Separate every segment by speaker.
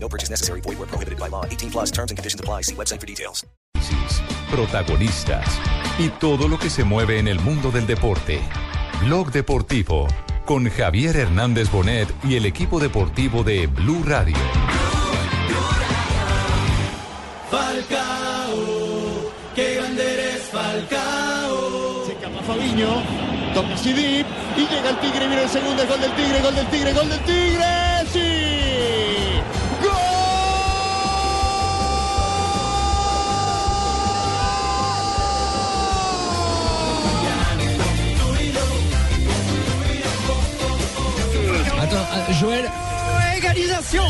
Speaker 1: No purchase necessary. Void where prohibited by law. 18 plus terms and conditions apply. See website for details.
Speaker 2: protagonistas y todo lo que se mueve en el mundo del deporte. Blog Deportivo con Javier Hernández Bonet y el equipo deportivo de Blue Radio.
Speaker 3: Falcao, qué grande eres Falcao.
Speaker 4: Se escapa Fabiño, toca Sidip y llega el Tigre, viene el segundo, gol del Tigre, gol del Tigre, gol del Tigre, sí.
Speaker 5: Attends, euh, Joël.
Speaker 6: Égalisation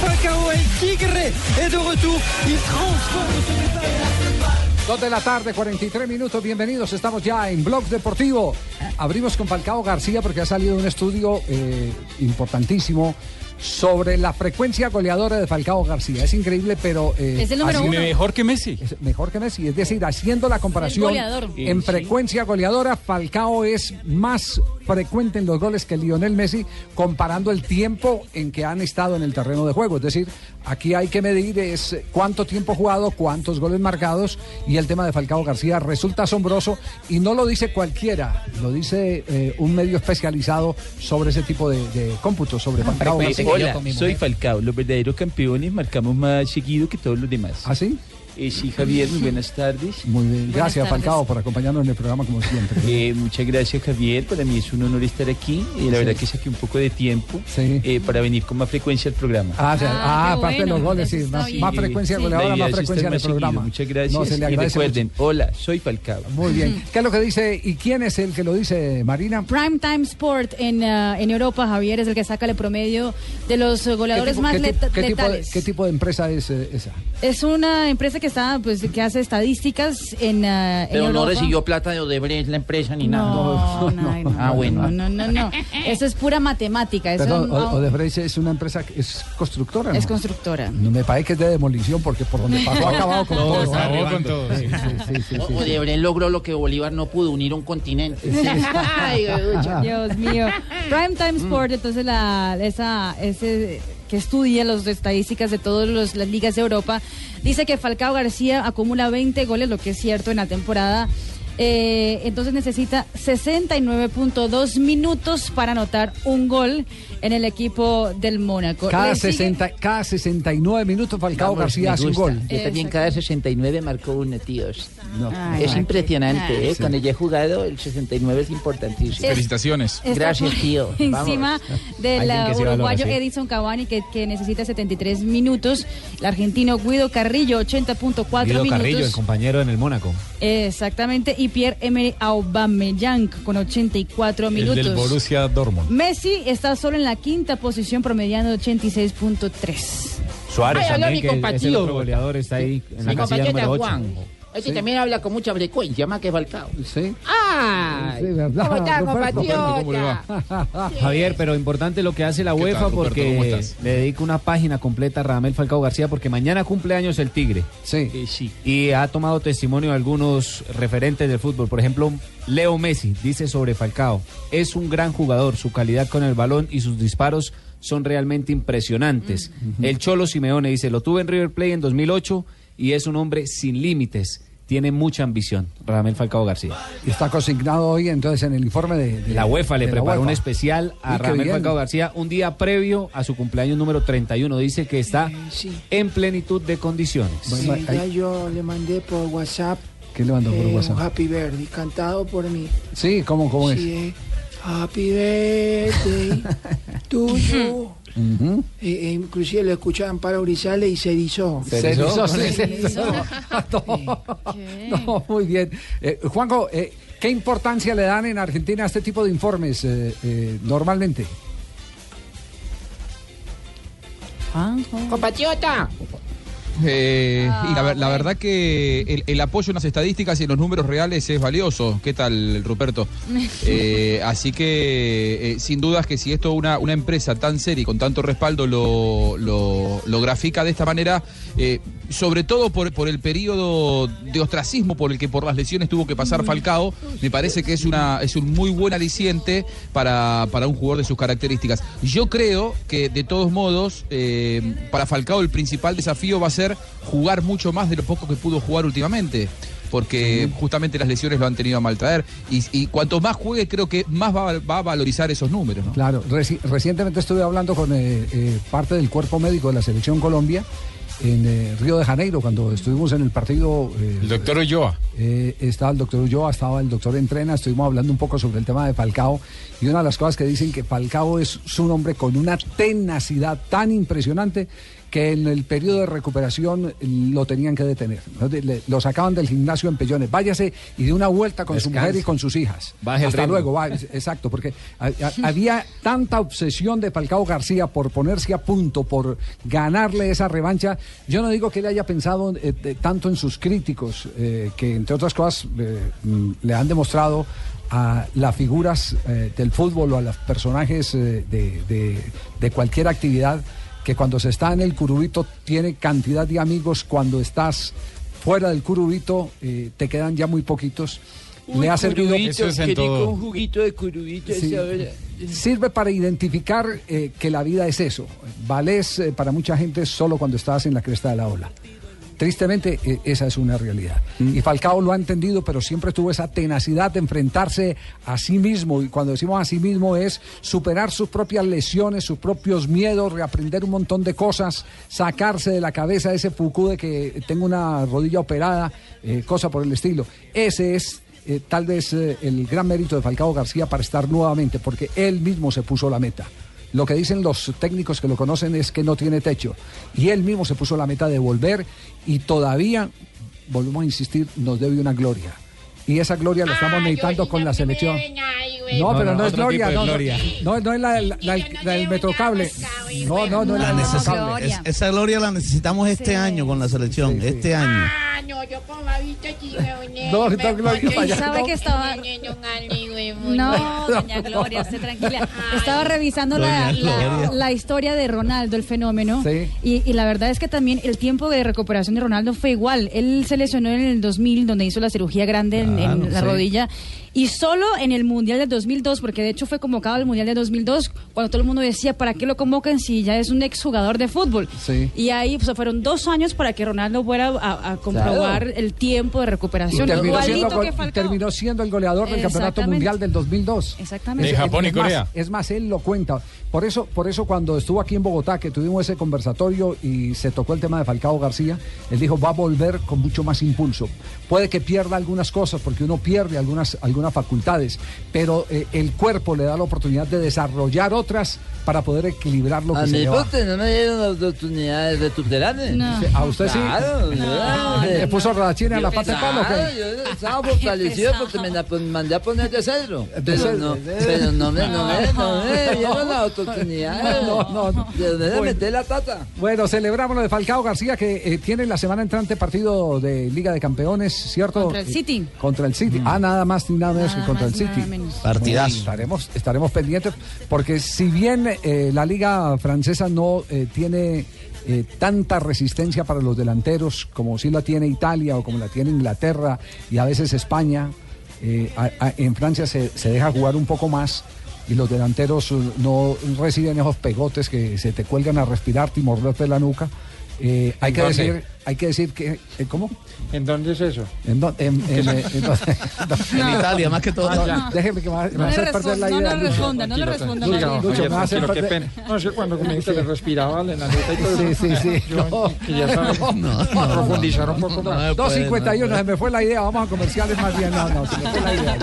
Speaker 6: Falcao, el tigre es de retour. Il transforme ce
Speaker 7: Dos de la tarde, 43 minutos, bienvenidos. Estamos ya en Blog Deportivo. Abrimos con Falcao García porque ha salido un estudio eh, importantísimo sobre la frecuencia goleadora de Falcao García. Es increíble, pero... eh,
Speaker 8: Es el número
Speaker 7: haciendo-
Speaker 8: uno. Mejor que Messi.
Speaker 7: Es mejor que Messi. Es decir, haciendo la comparación
Speaker 8: goleador.
Speaker 7: en
Speaker 8: Sí.
Speaker 7: frecuencia goleadora, Falcao es más frecuente en los goles que Lionel Messi, comparando el tiempo en que han estado en el terreno de juego. Es decir, aquí hay que medir es cuánto tiempo jugado, cuántos goles marcados y el tema de Falcao García resulta asombroso y no lo dice cualquiera, lo dice eh, un medio especializado sobre ese tipo de, de cómputos, sobre Falcao
Speaker 9: Hombre, pues,
Speaker 7: García.
Speaker 9: Hola, soy Falcao. Los verdaderos campeones marcamos más seguido que todos los demás. Eh,
Speaker 7: ¿Ah, sí?
Speaker 9: sí, Javier, muy buenas tardes.
Speaker 7: Muy bien, gracias
Speaker 9: tardes.
Speaker 7: Falcao por acompañarnos en el programa como siempre.
Speaker 9: Eh, muchas gracias, Javier. Para mí es un honor estar aquí. Eh, la verdad que saqué un poco de tiempo eh, para venir con más frecuencia al programa.
Speaker 7: Ah, o sea, Ah, ah, qué aparte de bueno, los goles, sí, entonces más- está más bien. frecuencia goleadora,
Speaker 9: La idea
Speaker 7: más
Speaker 9: es estar
Speaker 7: frecuencia en el
Speaker 9: seguido.
Speaker 7: programa.
Speaker 9: Muchas gracias.
Speaker 7: No, se le
Speaker 9: y
Speaker 7: agradece
Speaker 9: recuerden, hola, soy Falcao.
Speaker 7: Muy bien. ¿Qué es lo que dice y quién es el que lo dice, Marina?
Speaker 10: Primetime Sport en, ah, en Europa, Javier, es el que saca el promedio de los eh,
Speaker 7: ¿Qué
Speaker 10: goleadores
Speaker 7: tipo-
Speaker 10: más
Speaker 7: qué
Speaker 10: leta-
Speaker 7: tipo- qué tipo de-
Speaker 10: letales.
Speaker 7: ¿Qué tipo de empresa es eh, esa?
Speaker 10: Es una empresa que está, pues, que hace estadísticas en, ah, en
Speaker 11: Pero no
Speaker 10: Europa.
Speaker 11: recibió plata de Odebrecht la empresa ni nada.
Speaker 10: No,
Speaker 11: ah, bueno.
Speaker 10: No, no, no. Eso es pura matemática. Eso
Speaker 7: Perdón,
Speaker 10: no-
Speaker 7: O- Odebrecht es una empresa, que es constructora. ¿no?
Speaker 10: Ah, es constructora.
Speaker 7: No, me parece que es de demolición porque por donde pasó ha acabado con todo. ¿no? Sí, sí, sí, sí,
Speaker 11: O-
Speaker 7: sí.
Speaker 11: Odebrecht logró lo que Bolívar no pudo, unir un continente. Ay, huevucha.
Speaker 10: Dios mío. Primetime Sport, entonces la, esa, ese que estudia las estadísticas de todas las ligas de Europa, dice que Falcao García acumula 20 goles, lo que es cierto en la temporada. Eh, entonces necesita 69.2 minutos para anotar un gol en el equipo del Mónaco.
Speaker 7: Cada,
Speaker 10: Le sigue-
Speaker 7: 60, cada 69 minutos Falcao
Speaker 11: Vamos,
Speaker 7: García
Speaker 11: me
Speaker 7: hace un
Speaker 11: gusta.
Speaker 7: gol.
Speaker 11: Yo también cada 69 marcó uno, tíos.
Speaker 10: Ay,
Speaker 11: es
Speaker 10: Mike.
Speaker 11: impresionante,
Speaker 10: Ay.
Speaker 11: ¿eh?
Speaker 10: Sí.
Speaker 11: Cuando yo he jugado, el 69 es importantísimo.
Speaker 10: Es- Felicitaciones. está
Speaker 11: Gracias,
Speaker 10: por
Speaker 11: tío. Vamos.
Speaker 10: Encima del
Speaker 11: Alguien que
Speaker 10: uh,
Speaker 11: sí valora,
Speaker 10: uruguayo
Speaker 11: sí.
Speaker 10: Edison Cavani, que, que necesita 73 minutos. El argentino Guido Carrillo, 80.4
Speaker 12: Guido
Speaker 10: minutos.
Speaker 12: Carrillo, el compañero en el Mónaco.
Speaker 10: Exactamente. Y Pierre-Emery Aubameyang, con 84 minutos.
Speaker 12: El del Borussia Dortmund.
Speaker 10: Messi está solo en la quinta posición, promediando 86.3.
Speaker 12: Suárez
Speaker 11: Ay, habla
Speaker 12: también, que
Speaker 11: mi
Speaker 12: es- es el
Speaker 11: compatriota.
Speaker 12: otro goleador, está ahí en la
Speaker 11: Mi
Speaker 12: casilla
Speaker 11: compatriota
Speaker 12: número 8.
Speaker 11: Juan. Este también habla con mucha frecuencia, más que Falcao.
Speaker 7: Sí.
Speaker 11: ¡Ah! ¿Cómo está, compatriota?
Speaker 12: Javier, pero importante lo que hace la
Speaker 13: ¿Qué tal,
Speaker 12: UEFA
Speaker 13: Ruperto? ¿Cómo
Speaker 12: porque
Speaker 13: estás?
Speaker 12: le dedica una página completa a Ramel Falcao García porque mañana cumple años el Tigre. Eh,
Speaker 7: Sí.
Speaker 12: Y ha tomado testimonio de algunos referentes del fútbol. Por ejemplo, Leo Messi dice sobre Falcao, es un gran jugador, su calidad con el balón y sus disparos son realmente impresionantes.
Speaker 7: Mm,
Speaker 12: El Cholo Simeone dice, lo tuve en River Plate en 2008 y es un hombre sin límites, tiene mucha ambición, Ramel Falcao García.
Speaker 7: Y Está consignado hoy entonces en el informe de, de-
Speaker 12: La UEFA le
Speaker 7: Eh, de la
Speaker 12: preparó un
Speaker 7: UEFA.
Speaker 12: especial a
Speaker 7: Y qué
Speaker 12: Ramel
Speaker 7: bien.
Speaker 12: Falcao García un día previo a su cumpleaños número 31. Dice que está en plenitud de condiciones.
Speaker 14: Sí, ya yo le mandé por WhatsApp.
Speaker 7: ¿Qué le mandó por
Speaker 14: eh, un
Speaker 7: WhatsApp?
Speaker 14: Happy Birthday, cantado por mí.
Speaker 7: Sí, ¿cómo, cómo es?
Speaker 14: Sí, eh, Happy Birthday to you.
Speaker 7: Ujú.
Speaker 14: Eh, eh, inclusive lo escuchaban para Urizales y se erizó.
Speaker 7: Se erizó, sí, se erizó. No, muy bien. Eh, Juanjo, eh, ¿qué importancia le dan en Argentina a este tipo de informes eh, eh, normalmente?
Speaker 11: Compatriota.
Speaker 5: Eh, y la, ver- la verdad que el, el apoyo en las estadísticas y en los números reales es valioso. ¿Qué tal, Ruperto? Eh, así que eh, sin dudas que si esto una, una empresa tan seria y con tanto respaldo lo, lo- lo grafica de esta manera, eh, sobre todo por, por el periodo de ostracismo por el que por las lesiones tuvo que pasar Falcao, me parece que es, una, es un muy buen aliciente para, para un jugador de sus características. Yo creo que de todos modos, eh, para Falcao el principal desafío va a ser jugar mucho más de lo poco que pudo jugar últimamente porque justamente las lesiones lo han tenido a maltraer. Y, y cuanto más juegue, creo que más va, va a valorizar esos números. ¿no?
Speaker 7: Claro, reci- recientemente estuve hablando con eh, eh, parte del cuerpo médico de la Selección Colombia en eh, Río de Janeiro, cuando estuvimos en el partido eh,
Speaker 8: El doctor Ulloa.
Speaker 7: Eh, estaba el doctor Ulloa, estaba el doctor Entrena, estuvimos hablando un poco sobre el tema de Falcao y una de las cosas que dicen que Falcao es un hombre con una tenacidad tan impresionante que en el periodo de recuperación lo tenían que detener. ¿no? De- le- Lo sacaban del gimnasio en pellones. Váyase y de una vuelta con su
Speaker 12: Descanse.
Speaker 7: mujer y con sus hijas.
Speaker 12: Baje el
Speaker 7: Hasta
Speaker 12: ritmo.
Speaker 7: luego, va, exacto, porque ha- ha- había tanta obsesión de Falcao García por ponerse a punto, por ganarle esa revancha. Yo no digo que él haya pensado eh, de- tanto en sus críticos, eh, que entre otras cosas eh, mm, le han demostrado a las figuras eh, del fútbol o a los personajes eh, de, de- de cualquier actividad, que cuando se está en el curubito tiene cantidad de amigos, cuando estás fuera del curubito eh, te quedan ya muy poquitos. le ha servido
Speaker 13: un juguito de curubito.
Speaker 7: Sí. Sirve para identificar eh, que la vida es eso. Valés eh, para mucha gente solo cuando estás en la cresta de la ola. Tristemente, eh, esa es una realidad. Y Falcao lo ha entendido, pero siempre tuvo esa tenacidad de enfrentarse a sí mismo. Y cuando decimos a sí mismo es superar sus propias lesiones, sus propios miedos, reaprender un montón de cosas, sacarse de la cabeza ese fucú de que tengo una rodilla operada, eh, cosa por el estilo. Ese es eh, tal vez eh, el gran mérito de Falcao García para estar nuevamente, porque él mismo se puso la meta. Lo que dicen los técnicos que lo conocen es que no tiene techo. Y él mismo se puso la meta de volver y todavía, volvemos a insistir, nos debe una gloria. Y esa gloria la estamos meditando con la selección. No,
Speaker 15: No,
Speaker 7: pero
Speaker 15: no,
Speaker 7: no, es
Speaker 15: otro tipo
Speaker 7: gloria,
Speaker 15: de
Speaker 7: no, no,
Speaker 15: gloria.
Speaker 7: no, no es la, la- la- la del metrocable. No, no, no es la
Speaker 15: La
Speaker 7: del
Speaker 15: necesitamos.
Speaker 7: Metrocable.
Speaker 15: Es- esa gloria la necesitamos este año con la selección. Este año.
Speaker 16: Ah, no, yo con babita aquí, huevonés,
Speaker 15: No, no,
Speaker 16: me
Speaker 15: Gloria,
Speaker 16: pongo-
Speaker 15: vaya,
Speaker 10: ¿Sabe no. que estaba-
Speaker 16: No,
Speaker 10: No, doña Gloria, usted tranquila. Estaba revisando la,
Speaker 16: Doña
Speaker 10: la-
Speaker 16: Gloria.
Speaker 10: la historia de Ronaldo, el fenómeno.
Speaker 16: Sí.
Speaker 10: Y, y la verdad es que también el tiempo de recuperación de Ronaldo fue igual. Él se lesionó en el 2000, donde hizo la cirugía grande en, en
Speaker 17: Claro,
Speaker 10: la
Speaker 17: sí.
Speaker 10: rodilla. Y solo en el Mundial del 2002, porque de hecho fue convocado al Mundial del 2002, cuando todo el mundo decía, ¿para qué lo convocan si ya es un exjugador de fútbol?
Speaker 7: Sí.
Speaker 10: Y ahí pues, fueron dos años para que Ronaldo fuera a, a comprobar el tiempo de
Speaker 7: Y
Speaker 10: recuperación.
Speaker 7: terminó, siendo,
Speaker 10: Igualito
Speaker 7: gol-
Speaker 10: que Falcao.
Speaker 7: terminó siendo el goleador del Campeonato
Speaker 10: Exactamente.
Speaker 7: Mundial del 2002.
Speaker 10: Exactamente.
Speaker 7: Es-
Speaker 8: De Japón
Speaker 7: es-
Speaker 8: y
Speaker 7: es más-
Speaker 8: Corea.
Speaker 7: es más, él lo cuenta. Por eso, por eso cuando estuvo aquí en Bogotá, que tuvimos ese conversatorio y se tocó el tema de Falcao García, él dijo, va a volver con mucho más impulso. Puede que pierda algunas cosas, porque uno pierde algunas, algunas facultades, pero eh, el cuerpo le da la oportunidad de desarrollar otras para poder equilibrar lo
Speaker 13: A
Speaker 7: que se
Speaker 13: mi
Speaker 7: lleva.
Speaker 13: pote no me dieron la oportunidad de recuperarme.
Speaker 7: No. ¿A usted sí?
Speaker 13: Claro,
Speaker 7: No,
Speaker 13: claro.
Speaker 7: ¿Le puso Radachina en la pata de palo o qué?
Speaker 13: Claro, yo estaba fortalecido porque me la pon- mandé a poner de cedro. Pero no, pero no me, no me, no me dieron la oportunidad.
Speaker 7: No, no, no.
Speaker 13: ¿De dónde
Speaker 7: Bueno.
Speaker 13: meter la pata?
Speaker 7: Bueno, celebramos lo de Falcao García que eh, tiene la semana entrante partido de Liga de Campeones, ¿cierto?
Speaker 10: Contra el City.
Speaker 7: Contra el City. Ah, nada más ni nada menos
Speaker 10: Nada
Speaker 7: que contra
Speaker 10: más,
Speaker 7: el City.
Speaker 10: nada menos.
Speaker 7: Partidazo. Estaremos, estaremos pendientes porque si bien eh, la Liga Francesa no eh, tiene eh, tanta resistencia para los delanteros como sí la tiene Italia o como la tiene Inglaterra y a veces España, eh, a- a- en Francia se, se deja jugar un poco más y los delanteros eh, no reciben esos pegotes que se te cuelgan a respirarte y morderte la nuca. Eh, hay,
Speaker 8: ¿En
Speaker 7: que
Speaker 8: dónde?
Speaker 7: decir, hay que decir que... eh, ¿Cómo?
Speaker 8: ¿En dónde es eso?
Speaker 7: En, do- en- en- eh, en do-
Speaker 15: En Italia, más que todo.
Speaker 7: No, Ah, déjeme que me va- me va a hacer perder la idea. Lucho. Lucho, Lucho, me va a hacer
Speaker 8: Tranquilo, qué
Speaker 7: perder-
Speaker 8: pena. No sé, cuando me dijiste que respiraba la enanita y todo.
Speaker 7: Sí, sí, sí.
Speaker 8: Yo quería saber, profundizar un poco más.
Speaker 7: 251, se me fue la idea. Vamos a comerciales más bien. No, no, se me fue la idea.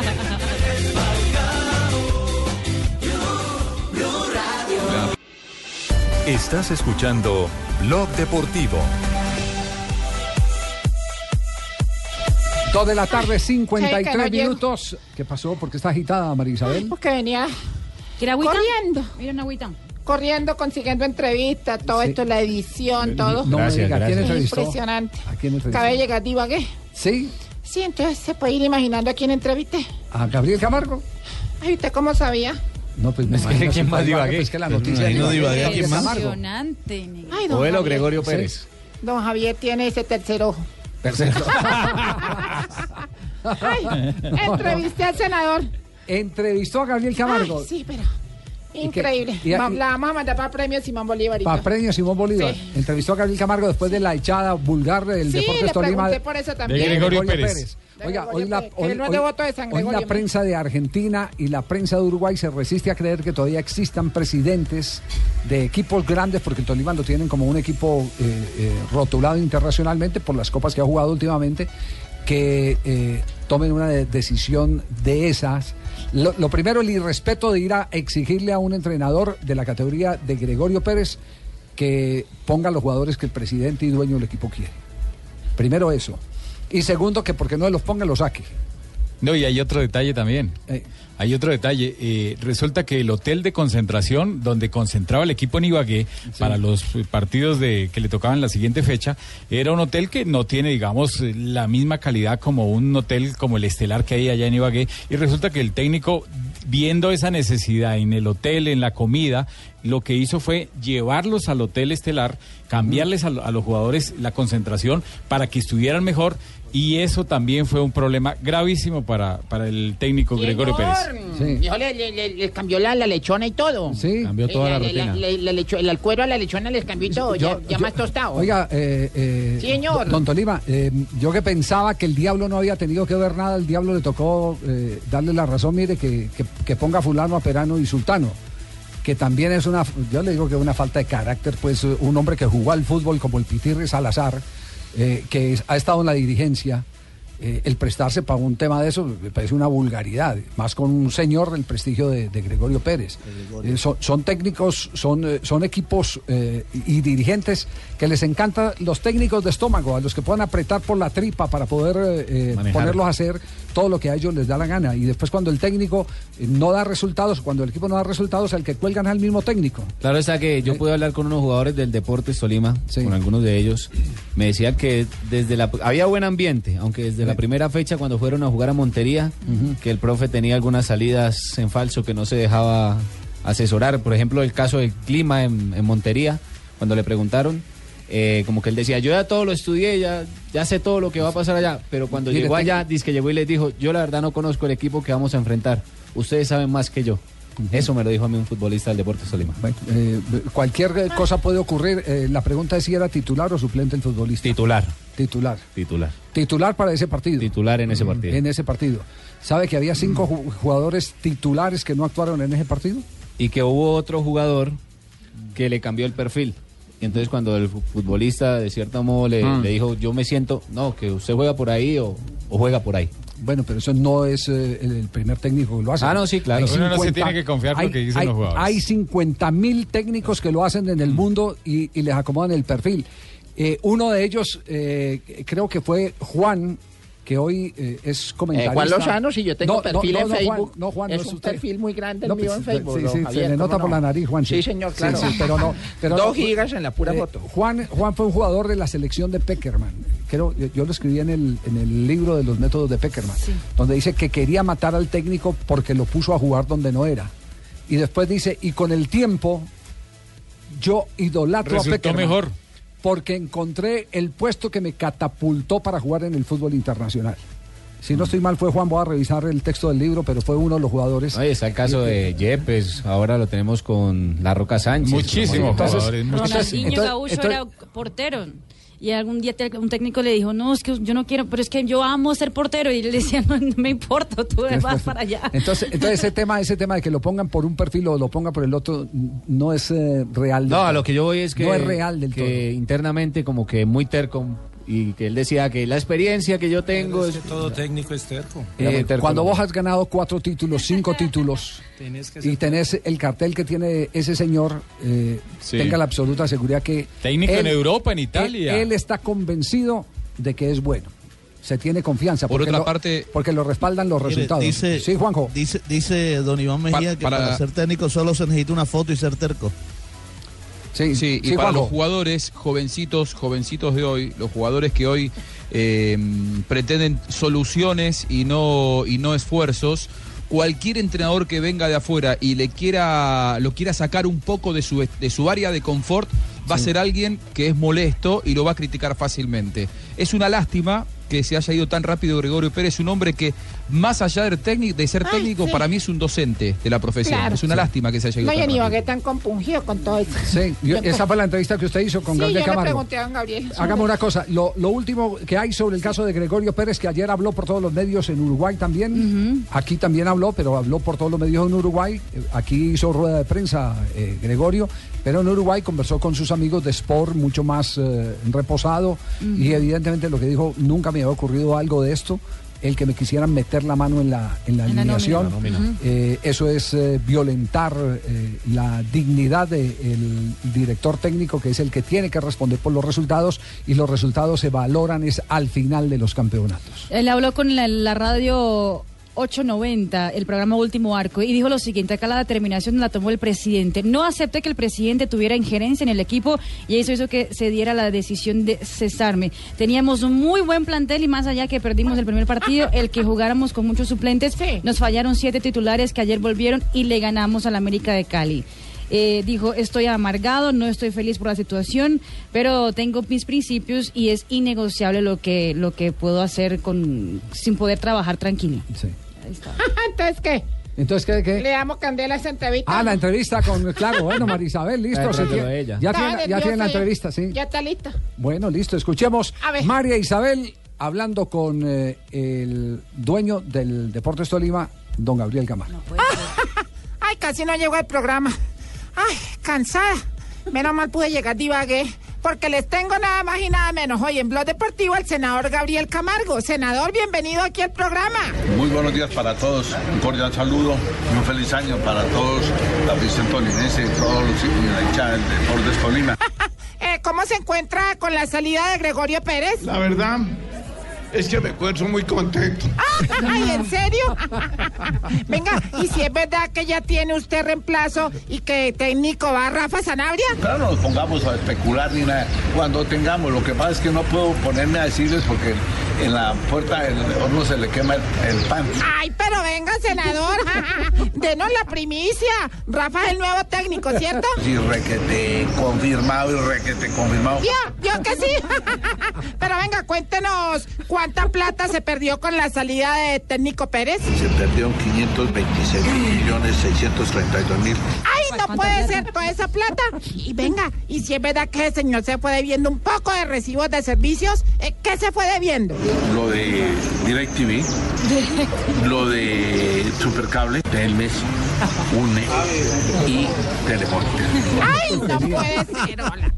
Speaker 2: Estás escuchando Blog Deportivo.
Speaker 7: Dos de la tarde,
Speaker 16: Ay, que no
Speaker 7: 53
Speaker 16: llego.
Speaker 7: minutos. ¿Qué pasó? ¿Por qué está agitada, María Isabel?
Speaker 16: Porque venía
Speaker 10: ¿Quiere agüita?
Speaker 16: corriendo.
Speaker 10: Mira una agüita.
Speaker 16: corriendo consiguiendo entrevistas, todo
Speaker 7: Sí.
Speaker 16: esto, la edición, todo.
Speaker 7: No me diga, ¿quién entrevistó?
Speaker 16: Impresionante.
Speaker 7: ¿A quién entrevistó?
Speaker 16: Cabe llegar Divagué.
Speaker 7: Sí.
Speaker 16: Sí, entonces se puede ir imaginando a quién entrevisté.
Speaker 7: ¿A Gabriel Camargo?
Speaker 16: Ay, ¿usted cómo sabía?
Speaker 7: No, pues me
Speaker 12: Es que
Speaker 7: imagino
Speaker 12: ¿quién
Speaker 7: si
Speaker 12: más
Speaker 7: fue Ibagué,
Speaker 12: divagué?
Speaker 7: pues que la
Speaker 12: Pues me
Speaker 7: noticia
Speaker 12: imagino
Speaker 7: de
Speaker 12: divagué,
Speaker 7: Gabriel
Speaker 12: ¿quién más?
Speaker 7: Camargo.
Speaker 10: Impresionante. Miguel.
Speaker 16: Ay, don
Speaker 12: Abuelo
Speaker 16: Javier.
Speaker 12: Gregorio Pérez.
Speaker 16: Don Javier tiene ese tercer ojo.
Speaker 7: Perfecto.
Speaker 16: Ay, entrevisté al senador.
Speaker 7: Entrevistó a Gabriel Camargo.
Speaker 16: Ay, Ah, sí, pero.
Speaker 7: ¿Y qué?
Speaker 16: Increíble.
Speaker 7: ¿Y a-
Speaker 16: Ma- La vamos a mandar para premio Simón Bolívar.
Speaker 7: Para premio Simón Bolívar.
Speaker 16: Sí.
Speaker 7: Entrevistó a Gabriel Camargo después de la echada vulgar del
Speaker 16: Sí,
Speaker 7: Deportes
Speaker 16: le
Speaker 7: Tolima.
Speaker 16: pregunté por eso también. De
Speaker 8: Gregorio Pérez.
Speaker 16: De
Speaker 7: Oiga,
Speaker 16: Gregorio
Speaker 7: hoy la,
Speaker 16: Pérez, que
Speaker 7: hoy-
Speaker 16: él no es
Speaker 7: hoy-
Speaker 16: devoto de San
Speaker 7: hoy
Speaker 16: Gregorio,
Speaker 7: la
Speaker 16: mire.
Speaker 7: prensa de Argentina y la prensa de Uruguay se resiste a creer que todavía existan presidentes de equipos grandes, porque el Tolima lo tienen como un equipo eh, eh, rotulado internacionalmente por las copas que ha jugado últimamente, que eh, tomen una de- decisión de esas. Lo, lo primero, el irrespeto de ir a exigirle a un entrenador de la categoría de Gregorio Pérez que ponga los jugadores que el presidente y dueño del equipo quiere. Primero eso. Y segundo, que porque no los ponga, los saque.
Speaker 17: No, y hay otro detalle también. Hay otro detalle. Eh, resulta que el hotel de concentración donde concentraba el equipo en Ibagué para los eh, partidos de, que le tocaban la siguiente fecha era un hotel que no tiene, digamos, eh, la misma calidad como un hotel como el estelar que hay allá en Ibagué. Y resulta que el técnico, viendo esa necesidad en el hotel, en la comida, lo que hizo fue llevarlos al hotel estelar, cambiarles a, lo- a los jugadores la concentración para que estuvieran mejor. Y eso también fue un problema gravísimo para, para el técnico Gregorio Pérez.
Speaker 11: Dijo, le, le- le- les cambió la, la lechona y todo.
Speaker 7: Sí.
Speaker 17: Cambió toda la rutina.
Speaker 11: le- la lecho- el, al cuero a la lechona les cambió y todo. ya
Speaker 7: Yo-
Speaker 11: ya
Speaker 7: yo-
Speaker 11: más tostado.
Speaker 7: Oiga, eh, eh,
Speaker 11: Sí, señor.
Speaker 7: don Tolima, eh, yo que pensaba que el diablo no había tenido que ver nada, el diablo le tocó eh, darle la razón, mire, que, que- que ponga fulano a Perano y Sultano. Que también es una, yo le digo que es una falta de carácter, pues eh, un hombre que jugó al fútbol como el Pitirri Salazar, eh, que es- ha estado en la dirigencia, eh, el prestarse para un tema de eso me parece una vulgaridad, más con un señor del prestigio de, de Gregorio Pérez. Eh, son, son técnicos, son, eh, son equipos eh, y y dirigentes que les encantan los técnicos de estómago, a los que puedan apretar por la tripa para poder eh,
Speaker 18: Manejar.
Speaker 7: ponerlos a hacer todo lo que a ellos les da la gana. Y después cuando el técnico eh, no da resultados, cuando el equipo no da resultados, al que cuelgan es al mismo técnico.
Speaker 12: Claro está que yo pude hablar con unos jugadores del Deportes Tolima, con algunos de ellos. Me decían que desde la había buen ambiente, aunque desde la primera fecha cuando fueron a jugar a Montería, que el profe tenía algunas salidas en falso que no se dejaba asesorar. Por ejemplo, el caso del clima en, en Montería, cuando le preguntaron, eh, como que él decía, yo ya todo lo estudié, ya, ya sé todo lo que va a pasar allá. Pero cuando
Speaker 9: Mire,
Speaker 12: llegó
Speaker 9: te-
Speaker 12: allá, dice que llegó y les dijo, yo la verdad no conozco el equipo que vamos a enfrentar. Ustedes saben más que yo. Eso me lo dijo a mí un futbolista del Deportes Tolima.
Speaker 7: Eh, cualquier eh, cosa puede ocurrir. Eh, la pregunta es si era titular o suplente el futbolista.
Speaker 12: Titular.
Speaker 7: Titular.
Speaker 12: Titular.
Speaker 7: Titular para ese partido.
Speaker 12: Titular en ese partido.
Speaker 7: En ese partido. ¿Sabe que había cinco ju- jugadores titulares que no actuaron en ese partido?
Speaker 12: y que hubo otro jugador que le cambió el perfil. Y entonces cuando el fu- futbolista de cierto modo le,
Speaker 7: Mm.
Speaker 12: le dijo, yo me siento, no, que usted juega por ahí o, o juega por ahí.
Speaker 7: Bueno, pero eso no es eh, el el primer técnico que lo hace.
Speaker 12: Ah, no, sí, claro.
Speaker 7: Hay
Speaker 12: Uno no se
Speaker 7: 50
Speaker 12: tiene que confiar
Speaker 17: lo que dicen
Speaker 7: hay,
Speaker 17: los jugadores.
Speaker 7: Hay 50 mil técnicos que lo hacen en
Speaker 12: Mm.
Speaker 7: el mundo y, y les acomodan el perfil. Eh, uno de ellos eh, creo que fue Juan, que hoy eh, es
Speaker 11: Eh,
Speaker 7: comentarista.
Speaker 11: Juan Lozano, si yo tengo
Speaker 7: No,
Speaker 11: perfil
Speaker 7: no,
Speaker 11: en
Speaker 7: no, Juan,
Speaker 11: Facebook.
Speaker 7: no, Juan, no
Speaker 11: es
Speaker 7: es
Speaker 11: un
Speaker 7: usted.
Speaker 11: perfil muy grande el
Speaker 7: No,
Speaker 11: mío
Speaker 7: pues,
Speaker 11: en Facebook.
Speaker 7: sí,
Speaker 11: don
Speaker 7: sí,
Speaker 11: Javier,
Speaker 7: se le
Speaker 11: ¿cómo
Speaker 7: nota por
Speaker 11: no?
Speaker 7: la nariz, Juan.
Speaker 11: Sí, señor,
Speaker 7: Sí,
Speaker 11: claro.
Speaker 7: sí, pero no, pero no.
Speaker 11: Dos gigas en la pura
Speaker 7: Eh,
Speaker 11: foto.
Speaker 7: Juan, Juan fue un jugador de la selección de Peckerman. Creo, yo, yo lo escribí en el, en el libro de los métodos de Peckerman, donde dice que quería matar al técnico porque lo puso a jugar donde no era. Y después dice, y con el tiempo, yo idolatro a
Speaker 17: Resultó
Speaker 7: Peckerman.
Speaker 17: mejor.
Speaker 7: Porque encontré el puesto que me catapultó para jugar en el fútbol internacional. Si
Speaker 12: Mm.
Speaker 7: no estoy mal, fue Juan, voy a revisar el texto del libro, pero fue uno de los jugadores.
Speaker 12: Ahí está el caso de Yepes, ahora lo tenemos con La Roca Sánchez.
Speaker 17: Muchísimos
Speaker 12: Entonces-
Speaker 17: jugadores, muchísimos.
Speaker 12: entonces-
Speaker 10: Ronaldinho Gaúcho era portero. Y algún día te- un técnico le dijo, no, es que yo no quiero, pero es que yo amo ser portero. Y él le decía, no, no me importa, tú vas para allá.
Speaker 7: Entonces, entonces ese tema, ese tema de que lo pongan por un perfil o lo ponga por el otro, n- no es eh, real. del
Speaker 12: No, a
Speaker 7: todo.
Speaker 12: lo que yo voy es que,
Speaker 7: no es real del todo.
Speaker 12: que internamente como que muy terco y que él decía que la experiencia que yo tengo es...
Speaker 8: Todo técnico es terco.
Speaker 12: Era muy
Speaker 7: Eh,
Speaker 12: terco.
Speaker 7: cuando vos has ganado cuatro títulos, cinco títulos y tenés el cartel que tiene ese señor, eh,
Speaker 17: Sí.
Speaker 7: tenga la absoluta seguridad que
Speaker 17: Técnico
Speaker 7: él-
Speaker 17: en Europa, en
Speaker 7: él-
Speaker 17: Italia.
Speaker 7: Él, está convencido de que es bueno. Se tiene confianza.
Speaker 5: Por
Speaker 7: porque
Speaker 5: otra
Speaker 7: lo-
Speaker 5: parte-
Speaker 7: porque lo respaldan los
Speaker 15: Mire,
Speaker 7: resultados.
Speaker 15: Dice,
Speaker 7: sí, Juanjo.
Speaker 15: Dice, dice don Iván Mejía
Speaker 5: Pa-
Speaker 15: que
Speaker 5: para-
Speaker 15: para ser técnico solo se necesita una foto y ser terco.
Speaker 7: Sí,
Speaker 5: sí, y
Speaker 7: sí,
Speaker 5: para
Speaker 7: Juanjo.
Speaker 5: los jugadores jovencitos, jovencitos de hoy, los jugadores que hoy eh, pretenden soluciones y no, y no esfuerzos, cualquier entrenador que venga de afuera y le quiera, lo quiera sacar un poco de su, de su área de confort, va a ser alguien que es molesto y lo va a criticar fácilmente. Es una lástima que se haya ido tan rápido Gregorio Pérez, un hombre que más allá de, técnico- de ser técnico,
Speaker 16: sí.
Speaker 5: para mí es un docente de la profesión.
Speaker 16: Claro.
Speaker 5: es una
Speaker 16: Sí.
Speaker 5: lástima que se haya ido
Speaker 16: No,
Speaker 5: tan
Speaker 16: y en
Speaker 5: rápido.
Speaker 16: Ibagué tan compungido con todo eso.
Speaker 7: Sí, yo- esa fue la entrevista que usted hizo con
Speaker 16: Sí,
Speaker 7: Gabriel
Speaker 16: yo le
Speaker 7: Camargo.
Speaker 16: pregunté a don Gabriel.
Speaker 7: Hagamos una cosa, lo, lo último que hay sobre el caso de Gregorio Pérez, que ayer habló por todos los medios en Uruguay también, aquí también habló, pero habló por todos los medios en Uruguay, Eh, aquí hizo rueda de prensa eh, Gregorio, pero en Uruguay conversó con sus amigos de Sport mucho más eh, reposado y evidentemente lo que dijo, nunca me había ocurrido algo de esto, el que me quisieran meter la mano en la, en la
Speaker 18: En la
Speaker 7: alineación.
Speaker 18: nómina. Ujú.
Speaker 7: Eh, eso es eh, violentar eh, la dignidad del director técnico, que es el que tiene que responder por los resultados, y los resultados se valoran es al final de los campeonatos.
Speaker 10: Él habló con la, la radio 890, el programa Último Arco, y dijo lo siguiente, acá la determinación la tomó el presidente. No acepté que el presidente tuviera injerencia en el equipo y eso hizo que se diera la decisión de cesarme. Teníamos un muy buen plantel y más allá que perdimos el primer partido, el que jugáramos con muchos suplentes, nos fallaron siete titulares que ayer volvieron y le ganamos al América de Cali. Eh, dijo, estoy amargado, no estoy feliz por la situación, pero tengo mis principios y es innegociable lo que, lo que puedo hacer con, sin poder trabajar tranquilo.
Speaker 16: Entonces, ¿qué?
Speaker 7: Entonces, ¿qué? qué?
Speaker 16: Le damos candela a esa entrevista.
Speaker 7: Ah, la entrevista con, claro, bueno, Marisabel, listo.
Speaker 16: Ay,
Speaker 7: se
Speaker 16: pero
Speaker 7: tiene-
Speaker 16: de ella.
Speaker 7: ya
Speaker 16: Estaba
Speaker 7: tiene, ya tiene la
Speaker 16: nerviosa ya.
Speaker 7: entrevista, sí.
Speaker 16: Ya está lista.
Speaker 7: Bueno, listo, escuchemos. María Isabel hablando con eh, el dueño del Deportes Tolima, don Gabriel Camargo.
Speaker 16: Ay, casi no llegó al programa. Ay, cansada. Menos mal pude llegar de Ibagué. Porque les tengo nada más y nada menos hoy en Blog Deportivo al senador Gabriel Camargo. Senador, bienvenido aquí al programa.
Speaker 19: Muy buenos días para todos, un cordial saludo y un feliz año para todos, la afición tolimense y todos los y la hinchada del Deportes Tolima.
Speaker 16: Eh, ¿Cómo se encuentra con la salida de Gregorio Pérez?
Speaker 20: La verdad es que me encuentro muy contento.
Speaker 16: Ah, Ay, ¿en serio? Venga, ¿y si es verdad que ya tiene usted reemplazo y que técnico va Rafa Sanabria?
Speaker 19: Claro, no nos pongamos a especular ni nada. Cuando tengamos, lo que pasa es que no puedo ponerme a decirles porque en la puerta del horno se le quema el, el pan.
Speaker 16: Ay, pero venga, senador, denos la primicia. Rafa es el nuevo técnico, ¿cierto?
Speaker 19: Y requete confirmado y requete confirmado.
Speaker 16: Yo, yo que sí. Pero venga, cuéntenos cuánta plata se perdió con la salida de técnico Pérez.
Speaker 19: Se perdieron 526 millones 632 mil.
Speaker 16: Ay, no puede ser toda esa plata. Y venga, y si es verdad que el señor se fue debiendo un poco de recibos de servicios, eh, ¿qué se fue debiendo?
Speaker 19: Lo de DirecTV, lo de Supercable, del mes, UNE y Telemón.
Speaker 16: Ay, no puede ser, hola.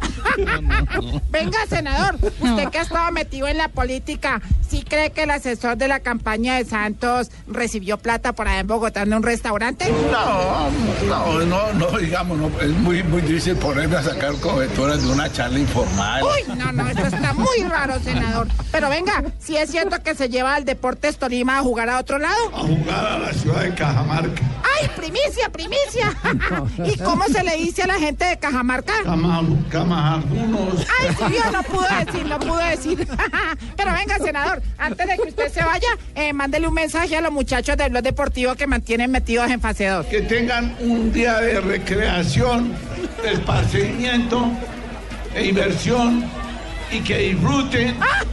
Speaker 16: Venga, senador, usted que ha estado metido en la política, ¿sí cree que el asesor de la campaña de Santos recibió plata por allá en Bogotá en un restaurante?
Speaker 19: No, no, no, no, digamos, no, es muy, muy difícil ponerme a sacar coberturas de una charla informal.
Speaker 16: Uy, no, no, esto está muy raro, senador. Pero venga, si es cierto que se lleva al Deportes Tolima a jugar a otro lado.
Speaker 20: Jugar a la ciudad de Cajamarca.
Speaker 16: ¡Ay, primicia, primicia! ¿Y cómo se le dice a la gente de Cajamarca?
Speaker 20: Camajardunos.
Speaker 16: Ay, sí, yo no pude decir, no pude decir. Pero venga, senador, antes de que usted se vaya, eh, mándele un mensaje a los muchachos del blog deportivo que mantienen metidos en fase 2.
Speaker 20: Que tengan un día de recreación, esparcimiento e inversión y que disfruten.
Speaker 13: Ah.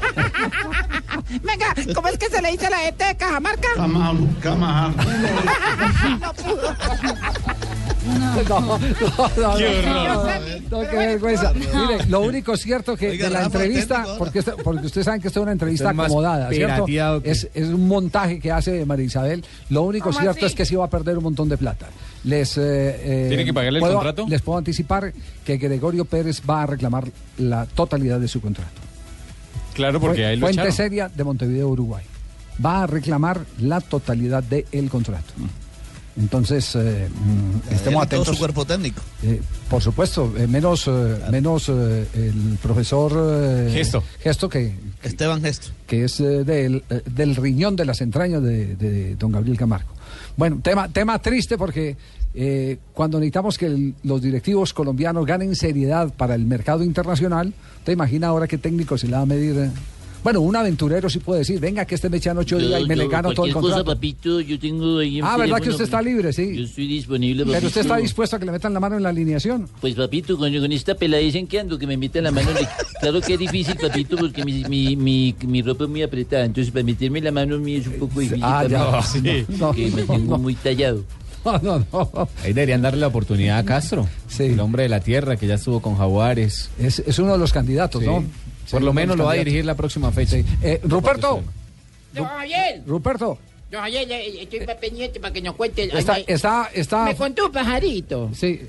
Speaker 16: Venga, ¿cómo es que se le dice a la gente de Cajamarca?
Speaker 20: Camalu- Camajardunos.
Speaker 16: No pudo.
Speaker 7: No, no, no,
Speaker 20: Qué
Speaker 7: no,
Speaker 20: horror.
Speaker 7: no, no, qué vergüenza. Mire, lo único cierto que
Speaker 15: Oiga,
Speaker 7: de la
Speaker 15: Rafa,
Speaker 7: entrevista,
Speaker 15: técnico ahora.
Speaker 7: porque, esto- porque ustedes saben que esto es una entrevista
Speaker 15: Esto es más
Speaker 7: acomodada, ¿cierto?
Speaker 15: pirateado que-
Speaker 7: Es, es un montaje que hace María Isabel. Lo único
Speaker 15: ¿Cómo
Speaker 7: cierto
Speaker 15: así?
Speaker 7: es que se va a perder un montón de plata. Les, eh, eh,
Speaker 17: ¿Tiene que pagarle el
Speaker 7: puedo-
Speaker 17: contrato?
Speaker 7: Les puedo anticipar que Gregorio Pérez va a reclamar la totalidad de su contrato.
Speaker 17: Claro, porque ahí lo
Speaker 7: Fuente
Speaker 17: echaron.
Speaker 7: seria de Montevideo, Uruguay. Va a reclamar la totalidad del contrato. Entonces, eh, mm, estemos
Speaker 15: Tiene todo
Speaker 7: atentos.
Speaker 15: su cuerpo técnico.
Speaker 7: Eh, por supuesto, eh, menos, eh, menos eh, el profesor eh,
Speaker 15: Gesto.
Speaker 7: que,
Speaker 15: Esteban Gesto.
Speaker 7: que es eh, del, eh, del riñón de las entrañas de, de don Gabriel Camargo. Bueno, tema, tema triste porque eh, cuando necesitamos que el- los directivos colombianos ganen seriedad para el mercado internacional, ¿te imaginas ahora qué técnico se le va a medir? eh? Bueno, un aventurero sí puede decir, venga que este me echan ocho días y me le gano todo el
Speaker 18: cualquier
Speaker 7: contrato.
Speaker 18: Cosa, papito, yo tengo ahí en
Speaker 7: Ah, ¿verdad
Speaker 18: teléfono,
Speaker 7: que usted está libre? Sí.
Speaker 18: Yo estoy disponible, papito.
Speaker 7: Pero usted está dispuesto a que le metan la mano en la alineación.
Speaker 18: Pues, papito, con, con esta pelada dicen que ando, que me meten la mano. en el- Claro que es difícil, papito, porque mi, mi, mi, mi ropa es muy apretada. Entonces, para meterme la mano a mí es un poco difícil.
Speaker 7: Ah, ya.
Speaker 18: papito,
Speaker 7: No, sí.
Speaker 18: porque me tengo muy tallado.
Speaker 7: No, no, no.
Speaker 12: Ahí deberían darle la oportunidad a Castro, el hombre de la tierra que ya estuvo con Jaguares.
Speaker 7: Es, es uno de los candidatos, ¿no?
Speaker 12: Por
Speaker 7: Sí,
Speaker 12: lo
Speaker 7: uno de
Speaker 12: menos
Speaker 7: los
Speaker 12: lo va a
Speaker 7: candidatos.
Speaker 12: dirigir la próxima fecha.
Speaker 7: Eh, Ruperto,
Speaker 16: Don Javier,
Speaker 7: Ruperto,
Speaker 16: don Javier, eh, estoy pa- pendiente para que nos cuente. Ay,
Speaker 7: está,
Speaker 16: ay,
Speaker 7: está, está.
Speaker 16: Me contó un pajarito.
Speaker 7: Sí,